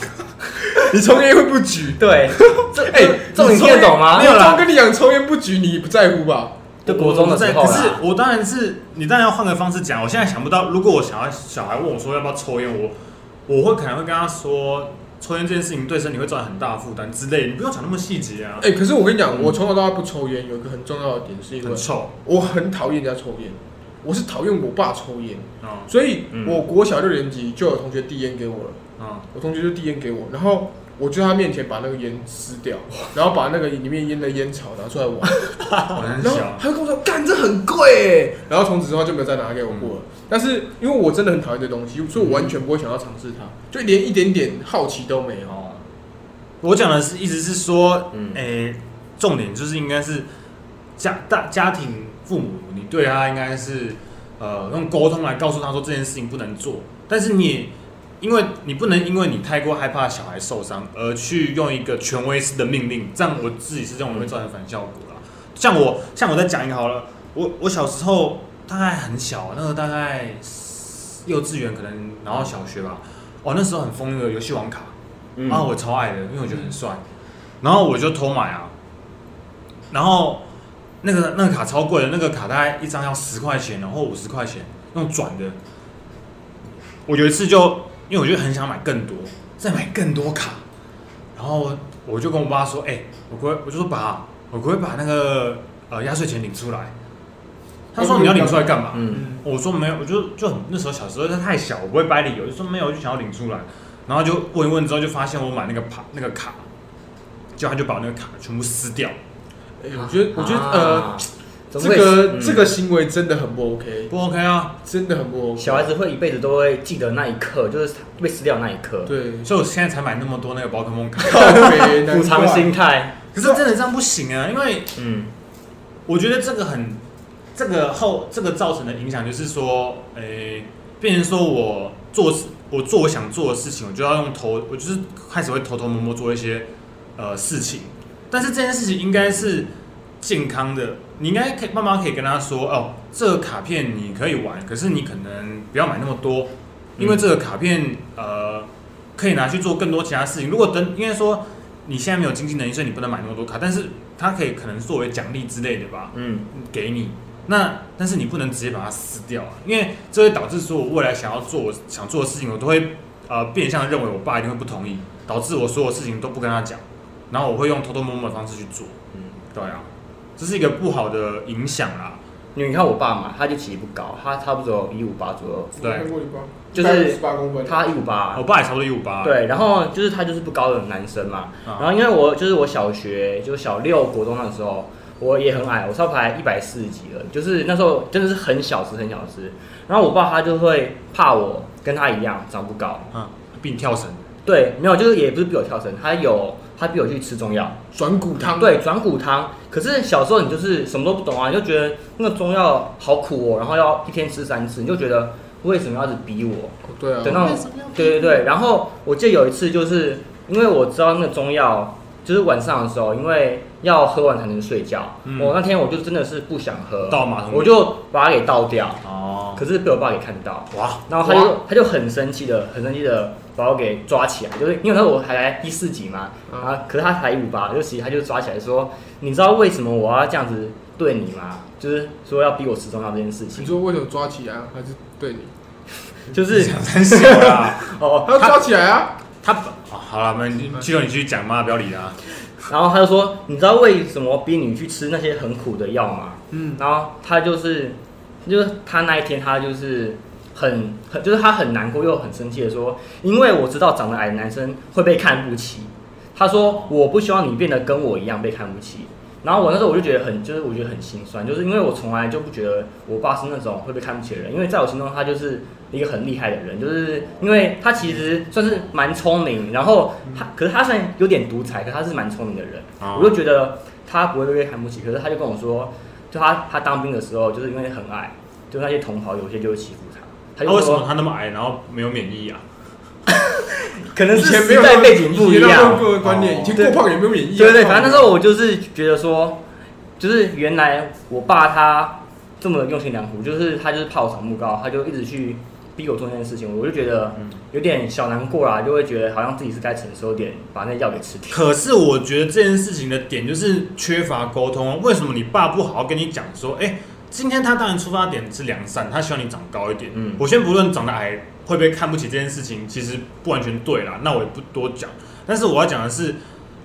Speaker 2: 你抽烟会不举？
Speaker 3: 对，这
Speaker 2: 哎
Speaker 3: 这这种你听得懂吗
Speaker 1: 没？有啦啊
Speaker 2: 我跟你讲抽烟不举，你不在乎吧？
Speaker 3: 就国中的时候啊
Speaker 1: 可
Speaker 3: 啦
Speaker 1: 是我当然是你当然要换个方式讲。我现在想不到，如果我想要小孩问我说要不要抽烟，我我会可能会跟他说，抽烟这件事情对身体会造成很大的负担之类，你不用讲那么细节啊。
Speaker 2: 哎、可是我跟你讲，
Speaker 1: 嗯
Speaker 2: 我从小到大不抽烟，有一个很重要的点，是因为
Speaker 1: 很臭
Speaker 2: 我很讨厌人家抽烟，我是讨厌我爸抽烟，
Speaker 1: 啊
Speaker 2: 所以
Speaker 3: 嗯
Speaker 2: 我国小六年级就有同学递烟给我了，
Speaker 1: 啊！
Speaker 2: 我同学就递烟给我，然后我就在他面前把那个烟撕掉，然后把那个里面烟的烟草拿出来玩，
Speaker 1: 我很
Speaker 2: 然后
Speaker 1: 小，
Speaker 2: 他就跟我说：“干，这很贵。”然后从此之后就没有再拿给我过了。但是因为我真的很讨厌这东西，所以我完全不会想要尝试它，就连一点点好奇都没有。
Speaker 1: 哦，我讲的是意思是说，
Speaker 3: 嗯
Speaker 1: 诶、重点就是应该是家大家庭父母，你对他应该是呃用沟通来告诉他说这件事情不能做，但是你也因为你不能因为你太过害怕小孩受伤而去用一个权威式的命令，这样我自己是认为会造成反效果啦。像我像我再讲一个好了，我我小时候大概很小，那个大概幼稚园可能，然后小学吧。哦，那时候很疯那个游戏王卡，
Speaker 3: 嗯
Speaker 1: 啊，我超爱的，因为我觉得很帅，然后我就偷买啊，然后那个那个卡超贵的，那个卡大概一张要十块钱，然后五十块钱用转的。我有一次就因为我就很想买更多，再买更多卡，然后我就跟我爸说：“哎、我可不可以我就说爸，我可不可以把那个呃压岁钱领出来？”他说：“你要领出来干嘛？”
Speaker 3: 嗯，
Speaker 1: 我说没有，我就就很那时候小时候他太小，我不会掰理由，就说没有，我就想要领出来，然后就问一问之后就发现我买那个卡那个卡，就他就把那个卡全部撕掉，
Speaker 2: 哎、我觉得，我觉得，呃，
Speaker 3: 啊，怎么
Speaker 2: 这
Speaker 3: 会
Speaker 2: 个
Speaker 3: 嗯
Speaker 2: 这个行为真的很不 OK，
Speaker 1: 不 OK 啊，
Speaker 2: 真的很不 OK。
Speaker 3: 嗯小孩子会一辈子都会记得那一刻，就是被撕掉那一刻，
Speaker 2: 对，
Speaker 1: 所以我现在才买那么多那个宝可梦卡，
Speaker 2: 靠北
Speaker 3: 补偿。
Speaker 2: 难
Speaker 3: 心态。
Speaker 1: 可是真的这样不行啊，因为
Speaker 3: 嗯，
Speaker 1: 我觉得这个很，这个后这个造成的影响就是说，诶、变成说我做事，我做我想做的事情，我就要用头，我就是开始会偷偷摸摸做一些呃事情，但是这件事情应该是健康的，你应该可以慢慢可以跟他说，哦，这个卡片你可以玩，可是你可能不要买那么多，因为这个卡片呃可以拿去做更多其他事情。如果等应该说你现在没有经济能力，所以你不能买那么多卡，但是它可以可能作为奖励之类的吧。
Speaker 3: 嗯，
Speaker 1: 给你。那但是你不能直接把它撕掉啊，因为这会导致说我未来想要做我想做的事情，我都会呃变相地认为我爸一定会不同意，导致我所有事情都不跟他讲，然后我会用偷偷摸摸的方式去做。
Speaker 3: 嗯，
Speaker 1: 对啊，这是一个不好的影响啦。
Speaker 3: 因为你看我爸嘛，他就其实不高，他差不多一五八左右，
Speaker 2: 怪
Speaker 1: 对，
Speaker 3: 就是
Speaker 2: 十八公分。
Speaker 3: 他一五八
Speaker 1: 我，爸也差不多一五
Speaker 2: 啊
Speaker 1: 八。
Speaker 3: 对，然后就是他就是不高的男生嘛，
Speaker 1: 啊，
Speaker 3: 然后因为我就是我小学就小六国中那时候，我也很矮，我超排一百四十几了，就是那时候真的是很小只很小只，然后我爸他就会怕我跟他一样长不高，
Speaker 1: 嗯，比你跳绳。
Speaker 3: 对，没有就是也不是逼我跳绳，他有他逼我去吃中药。
Speaker 2: 转骨汤，
Speaker 3: 对，转骨汤。可是小时候你就是什么都不懂啊，你就觉得那个中药好苦哦，然后要一天吃三次，你就觉得为什么要一直逼我？
Speaker 2: 对啊
Speaker 3: 对，那种，对对对。然后我记得有一次，就是因为我知道那个中药，就是晚上的时候，因为要喝完才能睡觉。
Speaker 1: 嗯
Speaker 3: 我那天我就真的是不想喝，
Speaker 1: 倒马桶里
Speaker 3: 我就把它给倒掉，
Speaker 1: 哦，
Speaker 3: 可是被我爸给看到，
Speaker 1: 哇，
Speaker 3: 然后他
Speaker 2: 哇
Speaker 3: 就他就很生气的，很生气的把我给抓起来，就是因为那时候我还来第四级嘛，
Speaker 2: 嗯
Speaker 3: 啊，可是他才一五八，就其实他就抓起来说，你知道为什么我要这样子对你吗？就是说要逼我吃中药这件事
Speaker 2: 你
Speaker 3: 情，
Speaker 2: 说为什么抓起来啊？还是对你？
Speaker 3: 就是
Speaker 1: 很小啦。
Speaker 3: 哦，
Speaker 2: 他要抓起来啊！
Speaker 1: 他本啊好了，我们七六你继续讲嘛，不要理他。
Speaker 3: 然后他就说，你知道为什么逼你去吃那些很苦的药吗？
Speaker 2: 嗯，
Speaker 3: 然后他就是，就是他那一天他就是很很，就是他很难过又很生气的说，因为我知道长得矮的男生会被看不起，他说我不希望你变得跟我一样被看不起。然后我那时候我就觉得很，就是我觉得很心酸，就是因为我从来就不觉得我爸是那种会被看不起的人，因为在我心中他就是一个很厉害的人，就是因为他其实算是蛮聪明，然后他可是他虽然有点独裁，可是他是蛮聪明的人，
Speaker 1: 哦
Speaker 2: 啊
Speaker 3: 我就觉得他不会被看不起，可是他就跟我说，就他他当兵的时候，就是因为很矮，就那些同袍有些就会欺负他，他
Speaker 1: 他
Speaker 3: 就
Speaker 1: 为什么
Speaker 2: 啊
Speaker 3: 说
Speaker 1: 他那么矮，然后没有免疫啊？
Speaker 3: 可能
Speaker 2: 以
Speaker 3: 是
Speaker 2: 前没
Speaker 3: 时
Speaker 2: 有
Speaker 3: 代背景不一
Speaker 2: 以前没有
Speaker 3: 样
Speaker 2: 这，个观
Speaker 1: 哦
Speaker 2: 念，以前过胖也没有免疫啊。
Speaker 3: 对对，反正那时候我就是觉得说，就是原来我爸他这么用心良苦，就是他就是怕我长不高，他就一直去逼我做那件事情，我就觉得
Speaker 1: 嗯
Speaker 3: 有点小难过啦，就会觉得好像自己是该承受一点，把那药给吃掉。
Speaker 1: 可是我觉得这件事情的点就是缺乏沟通啊。为什么你爸不好好跟你讲说，哎、今天他当然出发点是良善，他希望你长高一点。
Speaker 3: 嗯
Speaker 1: 我先不论长得矮会不会看不起这件事情，其实不完全对啦，那我也不多讲。但是我要讲的是，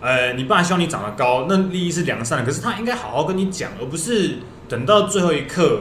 Speaker 1: 呃，你爸希望你长得高，那利益是良善的，可是他应该好好跟你讲，而不是等到最后一刻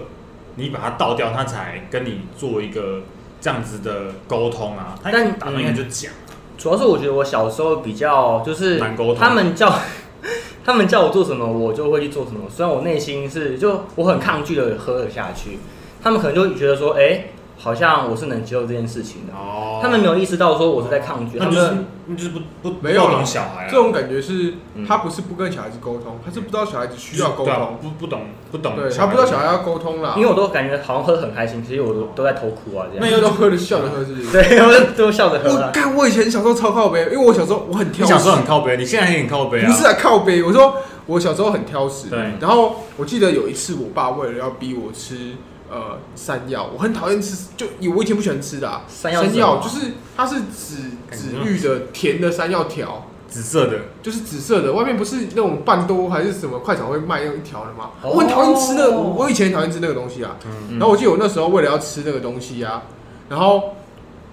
Speaker 1: 你把它倒掉，他才跟你做一个这样子的沟通啊。他
Speaker 3: 但
Speaker 1: 打算应该就讲。
Speaker 3: 主要是我觉得我小时候比较就是
Speaker 1: 难沟通
Speaker 3: 他们叫 他们叫我做什么，我就会去做什么。虽然我内心是就我很抗拒的喝了下去，他们可能就觉得说，哎、好像我是能接受这件事情的。
Speaker 1: 哦
Speaker 3: 嗯他们没有意识到说我是在抗拒，
Speaker 1: 那
Speaker 3: 他
Speaker 1: 你
Speaker 3: 们
Speaker 1: 就是你就是不不不
Speaker 2: 没有
Speaker 1: 不
Speaker 2: 啦
Speaker 1: 懂小孩啊，
Speaker 2: 这种感觉是
Speaker 3: 嗯，
Speaker 2: 他不是不跟小孩子沟通，他是不知道小孩子需要沟
Speaker 1: 对啊
Speaker 2: 通，
Speaker 1: 不不懂不懂，
Speaker 2: 对他不知道小孩要沟通啦
Speaker 3: 因。为我都感觉好像喝得很开心，其实我都都在偷哭啊这
Speaker 2: 那
Speaker 3: 样。
Speaker 2: 又都喝着笑着喝是不是？
Speaker 3: 对，我就都笑着 喝
Speaker 2: 我
Speaker 3: 啊。
Speaker 2: 看我以前小时候超靠背，因为我小时候我很
Speaker 1: 你
Speaker 2: 挑食
Speaker 1: 小时候很靠背，你现在也很靠背啊，
Speaker 2: 不是啊靠背，我说我小时候很挑食。
Speaker 1: 对
Speaker 2: 然后我记得有一次，我爸为了要逼我吃呃山药，我很讨厌吃，就我以前不喜欢吃的、啊、
Speaker 3: 山药是
Speaker 2: 山
Speaker 3: 什么
Speaker 2: 药就是它是紫
Speaker 1: 感觉
Speaker 2: 紫绿的甜的山药条，
Speaker 1: 紫色的，
Speaker 2: 就是紫色的，外面不是那种半多还是什么快炒会卖那种一条的吗？
Speaker 3: 哦
Speaker 2: 我很讨厌吃那个，我我以前很讨厌吃那个东西啊。
Speaker 1: 嗯，
Speaker 3: 嗯
Speaker 2: 然后我记得我那时候为了要吃那个东西啊，然后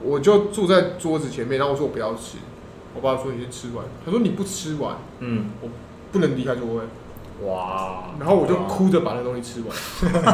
Speaker 2: 我就坐在桌子前面，然后我说我不要吃，我爸说你先吃完，他说你不吃完
Speaker 3: 嗯，
Speaker 2: 不能离开座位，
Speaker 3: 哇，
Speaker 2: 然后我就哭着把那东西吃完。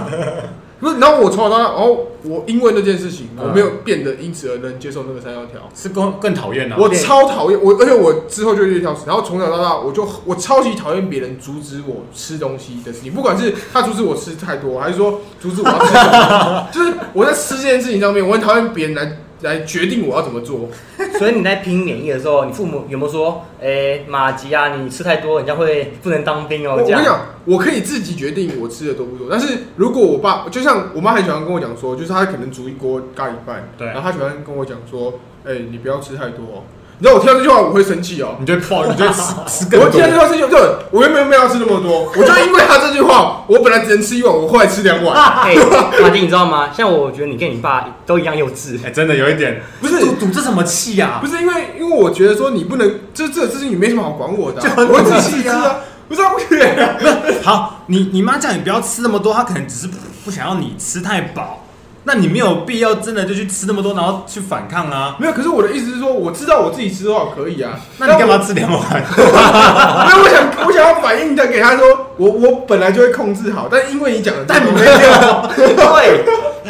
Speaker 2: 不是，然后我从小到大，然后我因为那件事情，
Speaker 3: 嗯
Speaker 2: 我没有变得因此而能接受那个三幺条。
Speaker 1: 是更更讨厌啊，
Speaker 2: 我超讨厌我，而且我之后就越挑食，然后从小到大，我就我超级讨厌别人阻止我吃东西的事情，不管是他阻止我吃太多，还是说阻止我要吃什么， 就是我在吃这件事情上面，我很讨厌别人来来决定我要怎么做。
Speaker 3: 所以你在拼免疫的时候，你父母有没有说，哎、马吉啊，你吃太多，人家会不能当兵
Speaker 2: 我
Speaker 3: 哦？
Speaker 2: 我
Speaker 3: 这
Speaker 2: 跟你
Speaker 3: 样，
Speaker 2: 讲，我可以自己决定我吃的多不多，但是如果我爸，就像我妈很喜欢跟我讲说，就是她可能煮一锅咖喱饭，
Speaker 1: 对
Speaker 2: 然后她喜欢跟我讲说，哎、你不要吃太多、哦。你知道我听到这句话我会生气哦，
Speaker 1: 你就会爆，你就 会吃吃更
Speaker 2: 我听到这句
Speaker 1: 多，
Speaker 2: 话是有对，我原本没有要吃那么 多，我就因为他这句话，我本来只能吃一碗，我后来吃
Speaker 1: 啊
Speaker 2: 两碗，
Speaker 3: 哎、马吉，你知道吗？像我觉得你跟你爸都一样幼 稚。
Speaker 1: 哎，真的有一点，
Speaker 2: 不是
Speaker 1: 赌赌这什么气呀
Speaker 2: 不？是因为因为我觉得说你不能，这这事情你没什么好管我的啊、
Speaker 1: 就很
Speaker 2: 我自
Speaker 1: 可
Speaker 2: 己
Speaker 1: 惜
Speaker 2: 吃
Speaker 1: 啊
Speaker 2: 啊，不是啊，不是啊，
Speaker 1: 好，你你妈叫你不要吃那么多，她可能只是不不想要你吃太饱，那你没有必要真的就去吃那么多，然后去反抗啊，
Speaker 2: 没有，可是我的意思是说，我知道我自己吃多少可以啊，
Speaker 1: 那你干
Speaker 2: 嘛？
Speaker 1: 嘛吃两碗？
Speaker 2: 没有，我想我想要反应的给他说，我我本来就会控制好，但因为你讲的，
Speaker 1: 但你
Speaker 2: 没有，啊
Speaker 3: 对，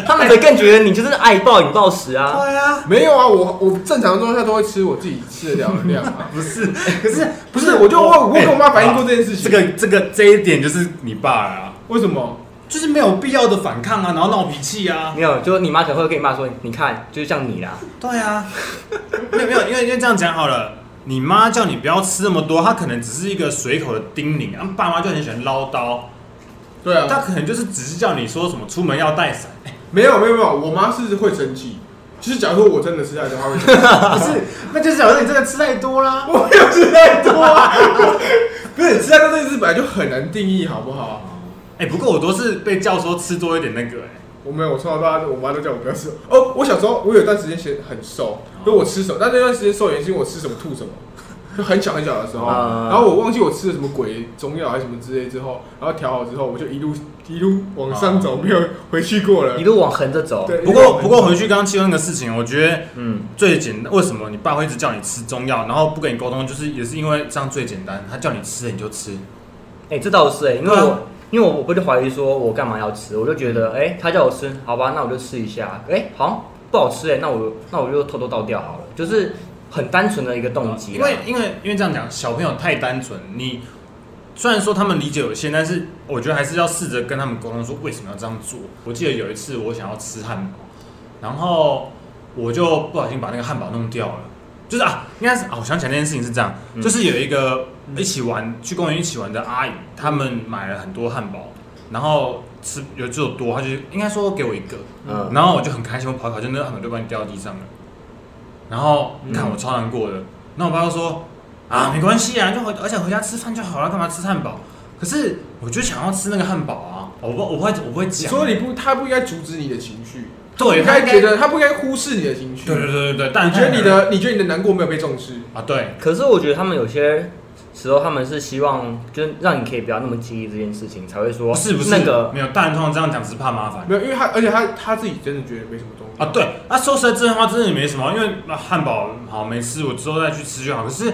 Speaker 3: 他们可能更觉得你就是爱暴饮暴食啊。
Speaker 1: 对啊，
Speaker 2: 没有啊，我我正常状态下都会吃我自己吃得了的 量啊，
Speaker 1: 不是，可是
Speaker 2: 不是，我就我我跟我妈反映过
Speaker 1: 哎
Speaker 2: 这件事
Speaker 1: 这
Speaker 2: 情，
Speaker 1: 个这个这一点就是你爸了啊。
Speaker 2: 为什么？
Speaker 1: 就是没有必要的反抗啊，然后闹脾气啊。
Speaker 3: 没有，就是你妈可能会跟你爸说，你看，就是像你啦。
Speaker 1: 对啊，没有没有，因为因为这样讲好了，你妈叫你不要吃那么多，她可能只是一个随口的叮咛，然后爸妈就很喜欢唠叨，
Speaker 2: 对啊，
Speaker 1: 她可能就是只是叫你说什么出门要带 伞，
Speaker 2: 没有没有没有，我妈是会生气。就是假如说我真的吃太多，她会生气。
Speaker 1: 不是，那就是假如你真的吃太多啦。
Speaker 2: 我没有吃太多啊，不是吃蛋糕这件事本来就很难定义，好不好？
Speaker 1: 哎、不过我都是被叫说吃多一点那个、哎，
Speaker 2: 我没有，我从小到大，我妈都叫我不要吃。哦，我小时候我有一段时间其实很瘦，
Speaker 1: 哦
Speaker 2: 就我吃什么，但那段时间瘦原因是因为我吃什么吐什么， 就很小很小的时候，
Speaker 3: 啊
Speaker 2: 然后我忘记我吃了什么鬼中药还是什么之类之后，然后调好之后，我就一路一路往上走，没有回去过了
Speaker 3: 一。路往横着走。
Speaker 2: 对，
Speaker 1: 不过不过回去刚刚气温那个事情，我觉得
Speaker 3: 嗯，
Speaker 1: 最简单，为什么你爸会一直叫你吃中药，然后不跟你沟通，就是也是因为这样最简单，他叫你吃你就吃，
Speaker 3: 哎、这倒是哎、因为
Speaker 1: 对啊
Speaker 3: 我、因为我我不就怀疑说我干嘛要吃，我就觉得哎、他叫我吃，好吧，那我就吃一下，哎、好像不好吃哎、那我那我就偷偷倒掉好了，就是很单纯的一个动机
Speaker 1: 因
Speaker 3: 啦。
Speaker 1: 为因为因为这样讲，小朋友太单纯，你虽然说他们理解有限，但是我觉得还是要试着跟他们沟通，说为什么要这样做。我记得有一次我想要吃汉堡，然后我就不小心把那个汉堡弄掉了。就是啊，应该是啊，我想起来那件事情是这样，
Speaker 3: 嗯
Speaker 1: 就是有一个一起玩去公园一起玩的阿姨，他们买了很多汉堡，然后吃有就有多，她就应该说给我一个，
Speaker 3: 嗯，
Speaker 1: 然后我就很开心，我跑一跑，就那个汉堡就把你掉到地上了。然后
Speaker 3: 嗯
Speaker 1: 看我超难过的，那我爸就说啊，没关系啊，就回而且回家吃饭就好了，干嘛吃汉堡？可是我就想要吃那个汉堡啊，我不我不会我不会
Speaker 2: 你
Speaker 1: 讲，
Speaker 2: 说你不，他不应该阻止你的情绪，
Speaker 1: 对，
Speaker 2: 应
Speaker 1: 他
Speaker 2: 该觉得他不应该忽视你的情绪。
Speaker 1: 对对对对对，但
Speaker 2: 你觉得你的你觉得你的难过没有被重视？
Speaker 1: 啊对，
Speaker 3: 可是我觉得他们有些时候他们是希望就是让你可以不要那么介意这件事情，才会说
Speaker 1: 不是不是
Speaker 3: 那个
Speaker 1: 没有，大人通常这样讲只是怕麻烦
Speaker 2: 没有，因为他而且他他自己真的觉得没什么东西
Speaker 1: 啊。对，那、说实在这句话真的也没什么，因为啊汉堡好没吃，我之后再去吃就好。可是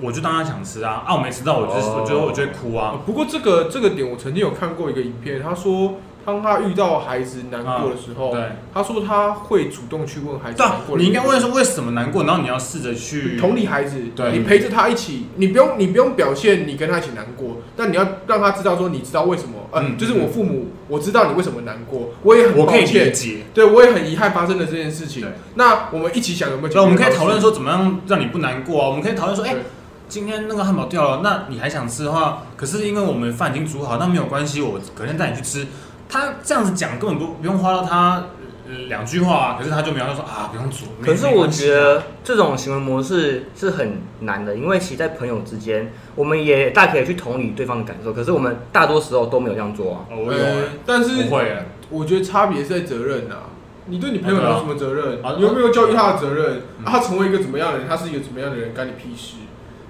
Speaker 1: 我就当他想吃啊，啊我没吃到，我就、我就我就会哭啊。
Speaker 2: 啊不过这个这个点，我曾经有看过一个影片，他说当他遇到孩子难过的时候，
Speaker 1: 啊对，
Speaker 2: 他说他会主动去问孩子
Speaker 1: 对啊
Speaker 2: 难过，的
Speaker 1: 你应该问
Speaker 2: 什
Speaker 1: 说为什么难过，然后你要试着去
Speaker 2: 同理孩子，
Speaker 1: 对
Speaker 2: 你陪着他一起，你不用你不用表现你跟他一起难过，但你要让他知道说你知道为什么，呃，
Speaker 1: 嗯
Speaker 2: 就是我父母，我知道你为什么难过，我也很
Speaker 1: 我可以理
Speaker 2: 抱歉，
Speaker 1: 解。
Speaker 2: 对我也很遗憾发生了这件事情
Speaker 1: 对。
Speaker 2: 那我们一起想有没有解决
Speaker 1: 对，啊
Speaker 2: 方
Speaker 1: 我
Speaker 2: 式？
Speaker 1: 们可以讨论说怎么样让你不难过啊。我们可以讨论说，哎、
Speaker 2: 对
Speaker 1: 今天那个汉堡掉了，那你还想吃的话，可是因为我们饭已经煮好，那没有关系，我隔天带你去吃。他这样子讲根本不不用花到他呃两句话、啊，可是他就没有他说啊不用煮。没
Speaker 3: 可是
Speaker 1: 没
Speaker 3: 我觉，
Speaker 1: 关系啊
Speaker 3: 得这种行为模式是很难的，因为其实，在朋友之间，我们也大可以去同理对方的感受，可是我们大多时候都没有这样做啊。
Speaker 1: 哦我有、欸
Speaker 2: 呃，但是
Speaker 1: 不会、欸，
Speaker 2: 我觉得差别是在责任啊。你对你朋友有什么责任？
Speaker 1: 啊对啊
Speaker 2: 你有没有教育他的责任？
Speaker 1: 嗯
Speaker 2: 啊他成为一个怎么样的人？他是一个怎么样的人？干你屁事！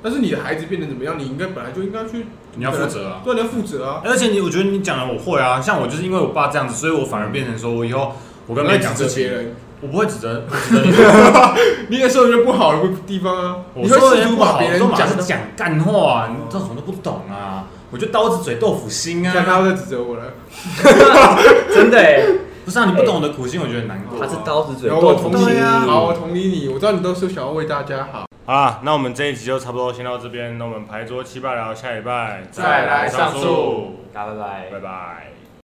Speaker 2: 但是你的孩子变得怎么样，你应该本来就应该去，
Speaker 1: 你要负责啊。
Speaker 2: 对，你要负责啊。
Speaker 1: 而且你，我觉得你讲的我会啊，像我就是因为我爸这样子，所以我反而变成说我以后我跟别人讲事
Speaker 2: 这别
Speaker 1: 情，
Speaker 2: 人，
Speaker 1: 我不会指责我指责你。
Speaker 2: 你也说人家不好的地方啊，
Speaker 1: 我
Speaker 2: 你
Speaker 1: 说
Speaker 2: 会
Speaker 1: 人
Speaker 2: 试
Speaker 1: 家
Speaker 2: 图
Speaker 1: 不好，
Speaker 2: 把
Speaker 1: 我
Speaker 2: 别人
Speaker 1: 都马
Speaker 2: 讲
Speaker 1: 上是讲干话，你这种都不懂啊！我就刀子嘴豆腐心
Speaker 2: 像
Speaker 1: 啊！
Speaker 2: 他在指责我了。
Speaker 3: 真的、欸，
Speaker 1: 不是啊，你不懂我的苦心，我觉得很难过
Speaker 3: 他。是刀子嘴
Speaker 2: 然后
Speaker 3: 豆
Speaker 2: 我
Speaker 3: 腐
Speaker 2: 同理
Speaker 3: 心
Speaker 1: 对
Speaker 2: 你，
Speaker 1: 啊
Speaker 2: 好，我同理你。我知道你都是想要为大家好。
Speaker 4: 好啦，那我们这一集就差不多先到这边，那我们牌桌七拜聊，下礼拜
Speaker 2: 再来上
Speaker 4: 树，
Speaker 3: 大家拜拜
Speaker 4: 拜拜。